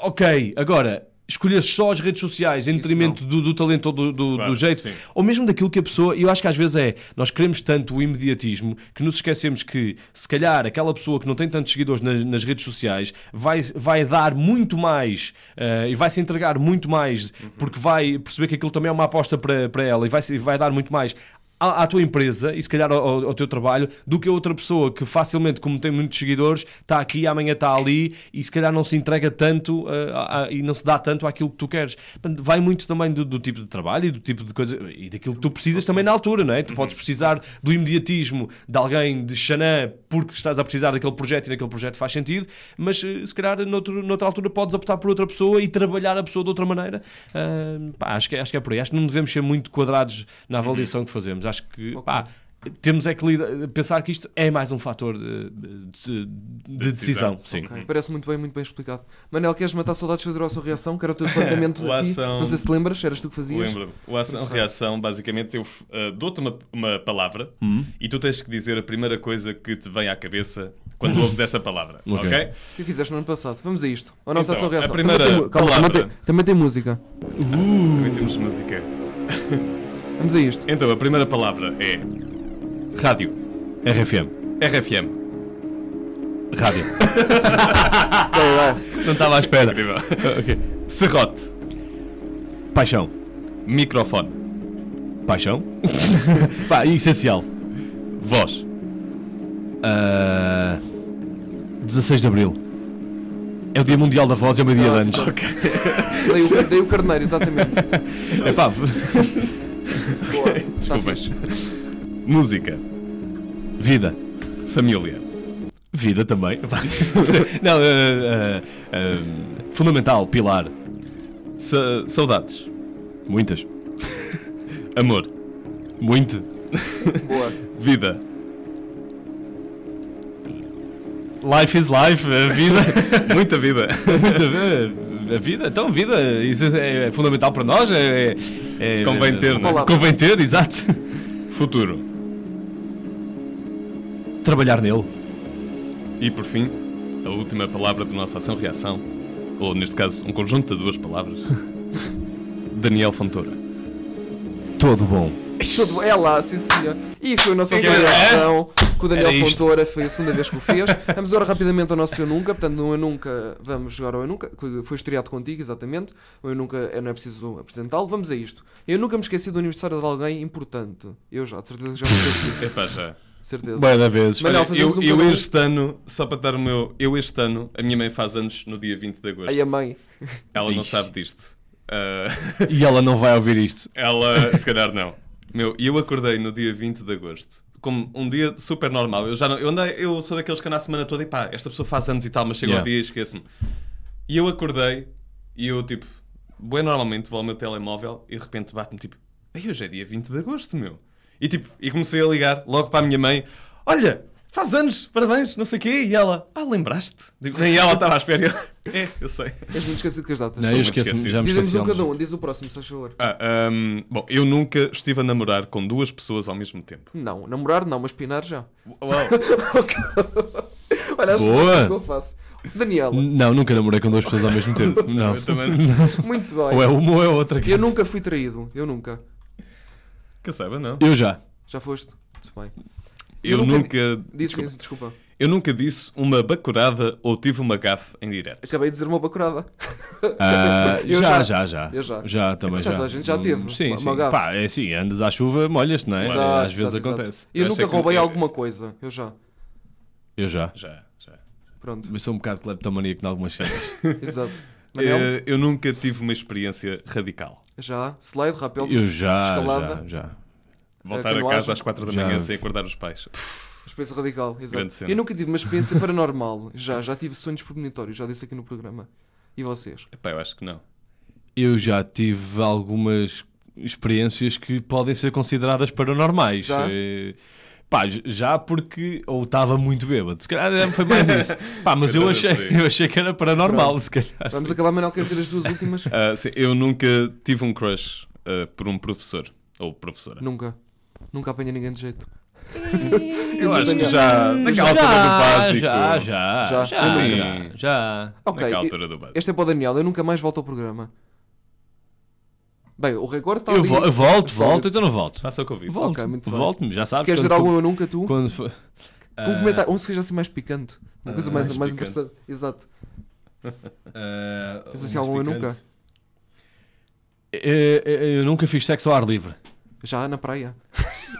F: Ok, agora. Escolher só as redes sociais em detrimento do, do talento ou do, do-
D: Claro,
F: do jeito,
D: sim.
F: ou mesmo daquilo que a pessoa. Eu acho que às vezes é. Nós queremos tanto o imediatismo que nos esquecemos que, se calhar, aquela pessoa que não tem tantos seguidores nas, nas redes sociais vai, vai dar muito mais eh, e vai se entregar muito mais
D: Uhum.
F: porque vai perceber que aquilo também é uma aposta para, para ela e vai, se- vai dar muito mais. À, à tua empresa e se calhar ao, ao- ao teu trabalho, do que a outra pessoa que facilmente, como tem muitos seguidores, está aqui, amanhã está ali e se calhar não se entrega tanto eh, a- a- e não se dá tanto àquilo que tu queres. Portanto, vai muito também do, do tipo de trabalho e do tipo de coisa e daquilo que tu precisas também na altura, não é? Tu podes precisar do imediatismo de alguém de Xanã porque estás a precisar daquele projeto e naquele projeto faz sentido, mas eh, se calhar noutro- noutra altura podes optar por outra pessoa e trabalhar a pessoa de outra maneira. Ah, pá, acho, que, acho que é por aí. Acho que não devemos ser muito quadrados na avaliação que fazemos. Acho que, pá, temos é que lida- pensar que isto é mais um fator de, de- de- de decisão.
D: decisão.
F: Sim.
C: Ok, Parece muito bem, muito bem explicado. Manel, queres matar saudades fazer a sua reação? Que era o teu departamento
D: O
C: aqui.
D: ação-
C: Não sei se te lembras, eras tu que fazias.
D: Lembro-me.
C: Muito
D: O
C: bem.
D: ação-reação, basicamente, eu eh, dou-te uma, uma palavra
F: Hum.
D: e tu tens que dizer a primeira coisa que te vem à cabeça quando ouves essa palavra.
F: Ok.
D: ok?
C: O que fizeste no ano passado? Vamos a isto. A nossa
D: Então,
C: ação
D: a
C: reação.
D: primeira
C: também, tem, mu- calma, também,
D: palavra.
C: tem, também tem música.
D: Também temos música.
C: Vamos a isto.
D: Então, a primeira palavra é rádio.
F: RFM.
D: RFM.
F: Rádio. não estava à espera.
D: Incrível.
F: Ok.
D: Serrote.
F: Paixão.
D: Microfone.
F: Paixão. Pá, essencial.
D: Voz.
F: Ah, 16 de Abril. É o Dia Mundial da Voz, é o meu dia de anos.
C: Dei o, dei o carneiro, exatamente.
F: Epá,
C: Boa. Tá Está
D: Desculpem.
C: fixe.
D: Música.
F: vida.
D: Família.
F: Vida também. Epá. Não, ah, ah, ah, fundamental, pilar.
D: Sa- saudades.
F: Muitas.
D: Amor.
F: Muito.
C: Boa.
D: Vida.
F: Life is life, a vida.
D: Muita vida.
F: A vida, então, vida, isso é, é fundamental para nós. É, é- é-
D: Convém ter, né? não
C: é?
F: Convém ter, exato.
D: Futuro.
F: Trabalhar nele.
D: E por fim, a última palavra do nosso ação-reação, ou neste caso, um conjunto de duas palavras. Daniel Fontoura.
F: Todo bom.
C: Tudo é lá, sim senhor. E foi a nossa
D: Sim,
C: ação
D: senhor. É?
C: reação com o Daniel
D: Era isto.
C: Fontoura. Foi a segunda vez que o fez. Vamos agora rapidamente ao nosso Eu Nunca. Portanto, no Eu Nunca vamos jogar ao Eu Nunca. que Foi estreado contigo, exatamente. O Eu Nunca é- não é preciso apresentá-lo. Vamos a isto. Eu nunca me esqueci do aniversário de alguém importante. Eu já, de certeza que já me esqueci.
D: Epá, já.
C: certeza.
F: Bué da vezes.
C: Mas não,
D: Olha, eu,
C: fazemos um
D: eu
C: programa-
D: este ano, só para dar o meu. Eu este ano, a minha mãe faz anos no dia 20 de agosto.
C: Ai, a mãe.
D: Ela não
F: Ixi.
D: sabe disto. Ah,
F: E ela não vai ouvir isto.
D: ela, se calhar, não. Meu, eu acordei no dia 20 de agosto. Como um dia super normal. Eu já não. Eu, andei, eu sou daqueles que anda a semana toda e pá, esta pessoa faz anos e tal, mas chega ao
F: Yeah.
D: dia e esqueço-me. E eu acordei e eu, tipo, bem normalmente vou ao meu telemóvel e de repente bate-me tipo, ei, hoje é dia 20 de agosto, meu. E tipo, e comecei a ligar logo para a minha mãe: Olha, faz anos, parabéns, não sei o quê. E ela, ah, lembraste? Tipo, nem ela estava à espera. Eu, é, eu sei.
C: És muito esquecido com as datas.
F: Não, eu
D: muito
F: esqueço-me,
D: esquecido.
F: já me
C: Dizemos
F: esqueci.
C: um cada um, diz o próximo, se faz favor.
D: Ah, hum, bom, eu nunca estive a namorar com duas pessoas ao mesmo tempo.
C: Não, namorar não, mas pinar já.
D: Uau.
C: Olha, acho que
F: Boa.
C: não sei o que eu faço. Daniela,
D: Hum.
F: Não, nunca namorei com duas pessoas ao mesmo tempo. Não.
D: Eu também
C: muito
F: Ou é
C: bem.
F: uma ou é outra.
C: Eu nunca fui traído, eu nunca.
D: Que saiba, não.
F: Eu já.
C: Já foste? Muito bem.
D: Eu,
C: Eu nunca-
D: nunca.
C: Disse
D: desculpa.
C: isso, desculpa.
D: Eu nunca disse uma bacurada ou tive uma gafe em direto.
C: Acabei de dizer uma bacurada.
F: Ah,
C: Eu
F: já,
C: já.
F: já, já.
C: Eu já.
F: também
C: Mas já
F: já.
C: toda a gente já teve
F: Sim,
C: uma-
F: sim.
C: uma gafe.
F: Pá, é assim, andas à chuva, molhas-te, não é?
C: Exato,
F: Às vezes
C: exato, exato.
F: acontece.
C: Eu
D: Eu
C: nunca
D: sei que-
C: roubei
D: eu-
C: alguma coisa, eu já.
F: Eu já.
D: Já, já.
C: Pronto,
F: Eu sou um bocado cleptomaníaco em algumas cenas.
C: exato. Manel,
D: Eh, Eu, nunca tive uma experiência radical.
C: já. Slide, rapel,
F: Eu já,
C: Escalada.
F: já, já.
D: Voltar a
C: canoagem.
D: casa às 4 da
F: Já.
D: manhã sem acordar os pais. Puf,
C: experiência radical,
D: Grande
C: exato.
D: cena.
C: Eu nunca tive uma experiência paranormal, já. Já tive sonhos premonitórios, já disse aqui no programa. E vocês?
D: epá, eu acho que não.
F: Eu já tive algumas experiências que podem ser consideradas paranormais.
C: Já?
F: Eh, Pá, j- já porque ou estava muito bêbado. Se calhar eh, foi mais isso. Pá, mas eu
D: calhar
F: achei,
D: era por aí.
F: eu achei que era paranormal, se calhar.
C: Vamos acabar, Manel, queres dizer as duas últimas?
D: Ah, sim, eu nunca tive um crush ah, por um professor ou professora.
C: Nunca. Nunca apanha ninguém de jeito.
D: Eu acho que já. Naquela altura do básico.
F: já,
C: Já.
F: já, já, já,
D: Sim.
F: já, já.
C: Ok,
D: Naquela
C: e-
D: altura do básico.
C: este é para o Daniel, eu nunca mais volto ao programa. Tá Bem, o recorde está
F: Eu,
C: ali.
F: vo- eu volto,
C: Sólido.
F: volto, então não volto.
D: Faça o convite.
F: Volto,
C: Ok, muito bem.
F: volto-me, já sabes.
C: Queres
F: quando
C: dizer algum
F: for-
C: eu nunca tu?
F: Quando for...
C: Um comentário, um seja assim mais picante. Uma coisa
F: Ah,
C: mais,
D: mais
C: mais
D: picante.
C: interessante. Exato.
F: Ah,
C: Tens
F: um
C: assim algum eu
F: explicante.
C: nunca?
F: Eh, eh, Eu nunca fiz sexo ao ar livre.
C: Já na praia.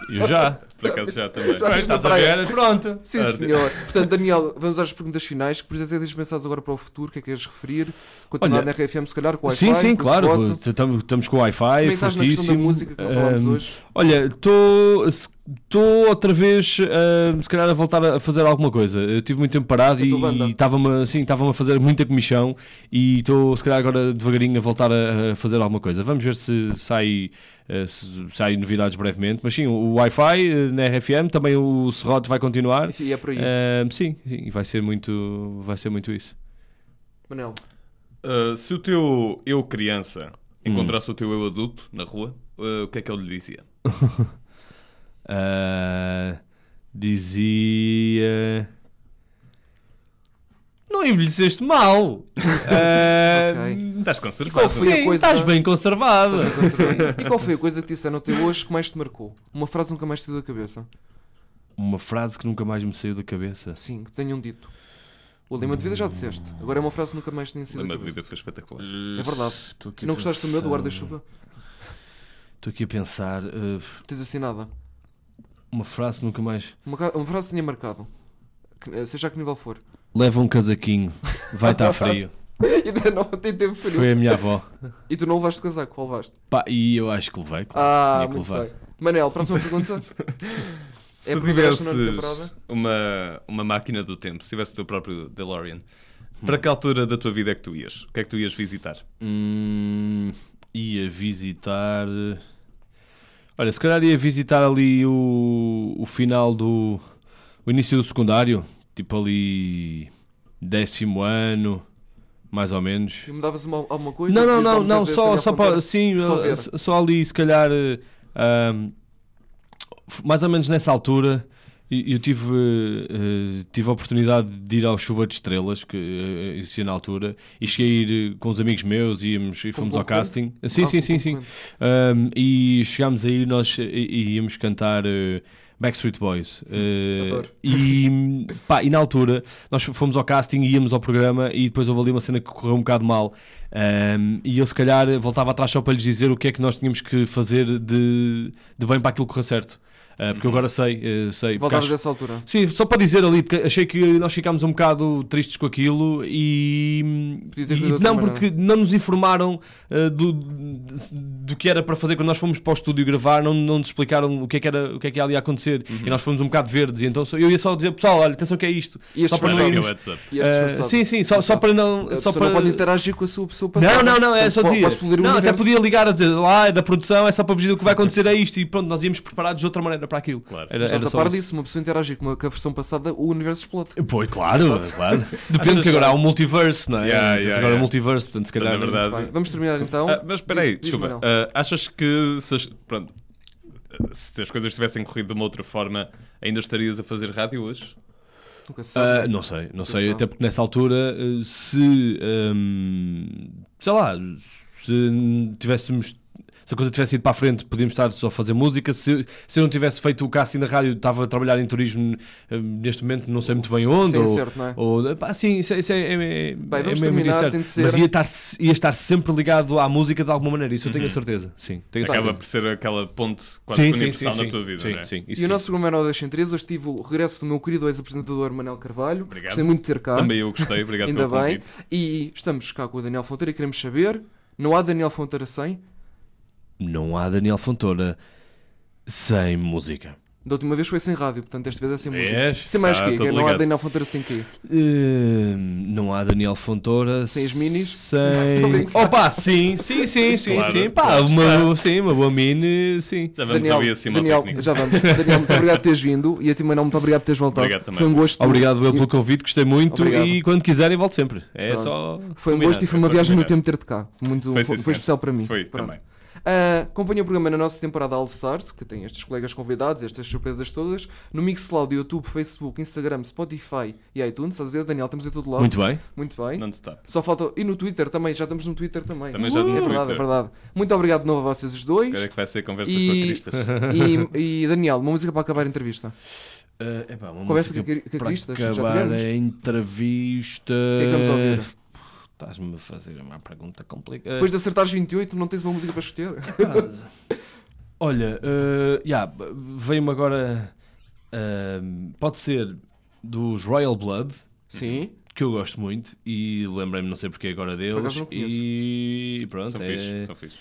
F: Eu já.
D: Por acaso já também.
C: Já. Estás a ver?
F: Pronto.
C: Sim,
D: Ora.
C: senhor. Portanto, Daniel, vamos às perguntas finais. Que por exemplo, tens pensados agora para o futuro, o que é que queres referir? Continuar
F: Olha,
C: na RFM, se calhar, com o wi
F: Sim, sim, claro.
C: Spot.
F: Estamos com o Wi-Fi,
C: Como é que estás na questão da
F: fortíssimo. Ah,
C: música que não falámos
F: Ahm,
C: hoje?
F: Olha, estou outra vez, ahm, se calhar, a voltar a fazer alguma coisa. Eu tive muito tempo parado
C: A tua banda?
F: e estava-me assim, tava-me a fazer muita comichão e estou, se calhar, agora devagarinho a voltar a, a fazer alguma coisa. Vamos ver se sai, eh, se sai novidades brevemente. Mas sim, o Wi-Fi eh, na RFM, também o Serrote vai continuar.
C: Enfim, é por aí.
F: Ahm, sim, sim, vai ser muito, vai ser muito isso.
C: Manel,
D: Ah, se o teu eu criança encontrasse o teu eu adulto na rua, ah, o que é que ele lhe dizia?
F: Ah, dizia. Não envelheceste mal. Ah,
C: Ok.
D: Estás conservado.
C: Qual foi a
F: sim,
C: coisa-
F: Estás bem conservada.
C: e qual foi a coisa que te disseram até hoje que mais te marcou? Uma frase nunca mais te deu da cabeça?
F: Uma frase que nunca mais me saiu da cabeça.
C: Sim, que tenham dito. O lema de vida já disseste. Agora é uma frase que nunca mais tinha sido da
D: Lembra
C: cabeça.
D: vida foi espetacular.
C: É verdade.
F: Estou aqui a
C: Não gostaste do meu, do guarda-chuva?
F: Estou aqui a pensar. ah,
C: Tens assim nada.
F: uma frase que nunca mais.
C: Uma, ca- uma frase que tinha um marcado. Que, eh, Seja a que nível for.
F: Leva um casaquinho, vai estar frio.
C: E ainda não tem tempo frio.
F: Foi a minha avó.
C: E tu não levaste casaco, qual levaste?
F: Pá, e eu acho que levei. claro.
C: Ah,
F: Tinha que
C: muito
F: levar.
C: bem. Manel, próxima pergunta.
D: Se
C: É primeira vez
D: tivesses
C: na nona temporada?
D: uma, uma máquina do tempo, se tivesse o teu próprio DeLorean, para que altura da tua vida é que tu ias? O que é que tu ias visitar?
F: Hum, ia visitar. eh, Olha, se calhar ia visitar ali o, o final do. O início do secundário. Tipo ali. Décimo ano, mais ou menos.
C: E mudavas uma, alguma coisa?
F: Não, não,
C: Dizias
F: não,
C: alguma
F: não
C: coisa
F: só,
C: dessa
F: só
C: minha fronteira?
F: para. Sim,
C: Só
F: eh,
C: ver.
F: só, ali se calhar. eh, ahm, mais ou menos nessa altura. e- Eu tive, eh, eh, tive a oportunidade de ir ao Chuva de Estrelas, que eh, existia na altura, e cheguei a ir eh, com os amigos meus íamos, e fomos ao
C: concorrente?
F: casting. Sim,
C: Ah,
F: sim,
C: com
F: sim, sim.
C: concorrente.
F: Um, e chegámos aí, nós eh, i- íamos cantar eh, Backstreet Boys. Eh,
C: adoro.
F: e, pá, e na altura, nós fomos ao casting, íamos ao programa e depois houve ali uma cena que correu um bocado mal. Um, e eu, se calhar, voltava atrás só para lhes dizer o que é que nós tínhamos que fazer de, de bem para aquilo correr certo. Ah, porque eu agora sei, eh, sei. porque
C: Uhum. Voltavas
F: acho-
C: dessa altura.
F: Sim, só para dizer ali, porque achei que nós ficámos um bocado tristes com aquilo e.
C: Podia ter
F: e
C: sido de outra
F: não,
C: maneira.
F: porque não nos informaram ah, do, do que era para fazer quando nós fomos para o estúdio gravar, não, não nos explicaram o que é que, era, o que é que ia ali acontecer
C: Uhum.
F: e nós fomos um bocado verdes. E então só- eu ia só dizer, pessoal, olha, atenção que é isto.
C: Ias
F: só para
D: disfarçado.
F: não
D: Olha,
F: irmos.
D: é o WhatsApp.
C: Ias
F: Ah,
C: disfarçado.
F: sim, sim, só, só para não.
C: A
F: só
C: pessoa
F: para...
C: não pode interagir com a sua pessoa
F: Não,
C: passada.
F: não, não, é
C: Portanto,
F: só
C: po-
F: dizer.
C: podes explodir o
F: Não, até
C: universo.
F: podia ligar a dizer lá, é da produção, é só para vos dizer o que vai acontecer, é isto. E pronto, nós íamos preparados de outra maneira para aquilo.
D: Claro.
F: Era,
C: Mas
F: era
C: estás a
F: só
C: par
F: isso.
C: disso, uma pessoa interagir com, uma, com a versão passada, o universo explode.
F: Pois, claro, claro. Depende que agora há um multiverso, não é?
D: Yeah,
F: Tens
D: yeah,
F: agora
D: yeah.
F: um multiverso, portanto, se calhar.
D: Portanto, é verdade.
C: Bem, vamos terminar então.
D: Ah, mas espera aí,
C: Diz- diz,
D: desculpa.
C: Manel.
D: Ah, achas que se as, pronto, se as coisas tivessem corrido de uma outra forma, ainda estarias a fazer rádio hoje?
C: Nunca se
F: Ah,
C: sabe.
F: não sei, não sei,
C: sei.
F: até porque nessa altura, ah, se. ahm, sei lá, se tivéssemos. Se a coisa tivesse ido para a frente, podíamos estar só a fazer música. Se, se eu não tivesse feito o casting na rádio, estava a trabalhar em turismo ahm, neste momento, não sei muito bem onde.
C: Sim,
F: ou,
C: certo, não é?
F: ou- pá, sim, isso, é- isso é, é, é
C: vamos
F: mesmo
C: terminar,
F: incerto.
C: tem de ser.
F: Mas ia estar, ia estar sempre ligado à música de alguma maneira, isso eu tenho a certeza. Sim, tenho a
D: Uhum. Acaba
F: certeza.
D: por ser aquela ponte quase que universal na tua vida,
F: sim,
D: não é?
F: sim, isso
C: E o
F: sim.
C: nosso programa era o 203. Hoje tive o regresso do meu querido ex-apresentador Manel Carvalho.
D: Obrigado.
C: Gostei muito de ter cá.
D: Também eu gostei, obrigado
C: Ainda
D: pelo
C: bem.
D: convite.
C: E estamos cá com o Daniel Fonteira e queremos saber: não há Daniel Fonteira sem?
F: Não há Daniel Fontoura sem música.
C: Da última vez foi sem rádio, portanto, desta vez é sem
F: É,
C: música. Sem mais
D: tá,
C: quê?
D: tudo
C: Que é Não há
D: ligado.
C: Daniel Fonteira sem quê?
F: Hum, não há Daniel Fontoura
C: Sem as minis? Tô
F: Sem.
C: brincando.
F: Opa, sim, sim, sim, sim,
D: Claro,
F: sim. Pá,
D: claro
F: uma, sim, uma boa mini, sim.
D: Já vamos assim
C: Daniel,
D: ali acima ao
C: Daniel
D: técnico.
C: já vamos. Daniel, muito obrigado por teres vindo e a ti, Manel, muito obrigado por teres voltado.
D: Obrigado também.
C: Foi um gosto.
F: Obrigado eu
C: E-
F: pelo convite, gostei muito
C: Obrigado.
F: e quando quiserem volto sempre. É
C: Pronto.
F: só.
C: Foi um
D: Combinado,
C: gosto e foi
D: foi
C: uma
D: só
C: viagem no
D: combinado.
C: tempo ter-te cá. Muito,
D: Foi,
C: foi,
D: sim, senhor.
C: foi especial para mim.
D: Foi,
C: Pronto.
D: também.
C: Ah, acompanha o programa na nossa temporada All Stars, que tem estes colegas convidados, estas surpresas todas, no Mixcloud, YouTube, Facebook, Instagram, Spotify e iTunes. Estás a ver, Daniel? Estamos em todo lado.
F: Muito bem.
C: Muito bem.
D: Não te stop.
C: Só falta. E no Twitter também, já estamos no Twitter também.
D: Também já
C: é
D: no
C: verdade, é
D: Twitter.
C: verdade. Muito obrigado de novo a vocês os dois.
D: Agora é que vai ser conversa
C: E-
D: com cristas.
C: E, e, Daniel, uma música para acabar a entrevista.
F: Uh, epá, uma
C: Conversa
F: música
C: com a Cri- com a
F: para
C: Cristas, já
F: acabar
C: tivemos.
F: a entrevista.
C: O que é que vamos ouvir?
F: Estás-me a fazer uma pergunta complicada.
C: Depois de acertares 28, não tens uma música para escolher?
F: Olha, eh, já, veio-me agora. eh, pode ser dos Royal Blood,
C: Sim.
F: que eu gosto muito, e lembrei-me, não sei porque agora deles.
C: acaso não conheço.
F: E pronto,
D: São
F: é-
D: fixe, são fixe.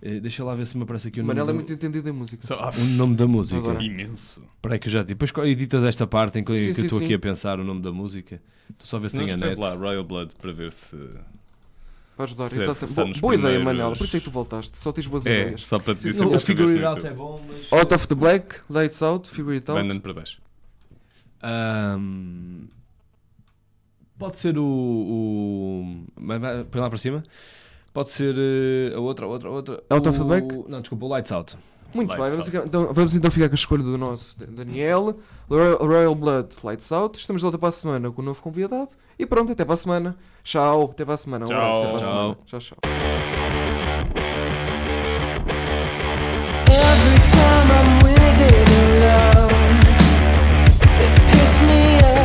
F: eh, deixa lá ver se me aparece aqui o
C: O
F: nome,
C: Manel é
F: do-
C: muito entendido em música.
D: São
F: o nome da música.
C: Agora.
D: imenso.
F: Espera aí que eu já. Depois co- editas esta parte em que, em
C: Sim,
F: que eu
C: sim,
F: estou
C: sim.
F: aqui a pensar o nome da música. Estou só a ver se
D: Não
F: tem a net.
D: escreve lá Royal Blood para ver se...
C: Para ajudar,
D: Certo,
C: exatamente.
D: está
C: Boa,
D: nos
C: boa ideia,
D: primeiros-
C: Manel. Por isso é que tu voltaste. Só tens boas
D: É,
C: ideias.
D: só para te dizer
F: O
D: sempre
F: Figure It Out
D: que
F: é bom, mas.
C: Out of the Black, Lights Out, Figure It Out.
D: Bandando para baixo.
F: Ahm, pode ser o. o mas vai- põe lá para cima. Pode ser eh, a outra, a outra, a outra.
C: Out
F: o,
C: of the Black?
F: Não, desculpa, o Lights Out.
C: Muito
D: Lights
C: bem, vamos,
D: Out.
C: então, vamos então ficar com a escolha do nosso Daniel. Royal, Royal Blood, Lights Out. Estamos de volta para a semana com um novo convidado. E pronto, até para a semana. Tchau, até para a semana. Um
D: Tchau.
C: abraço, até para a
F: Tchau.
C: semana. Tchau, tchau.
B: Every time I'm with it alone, it picks me up.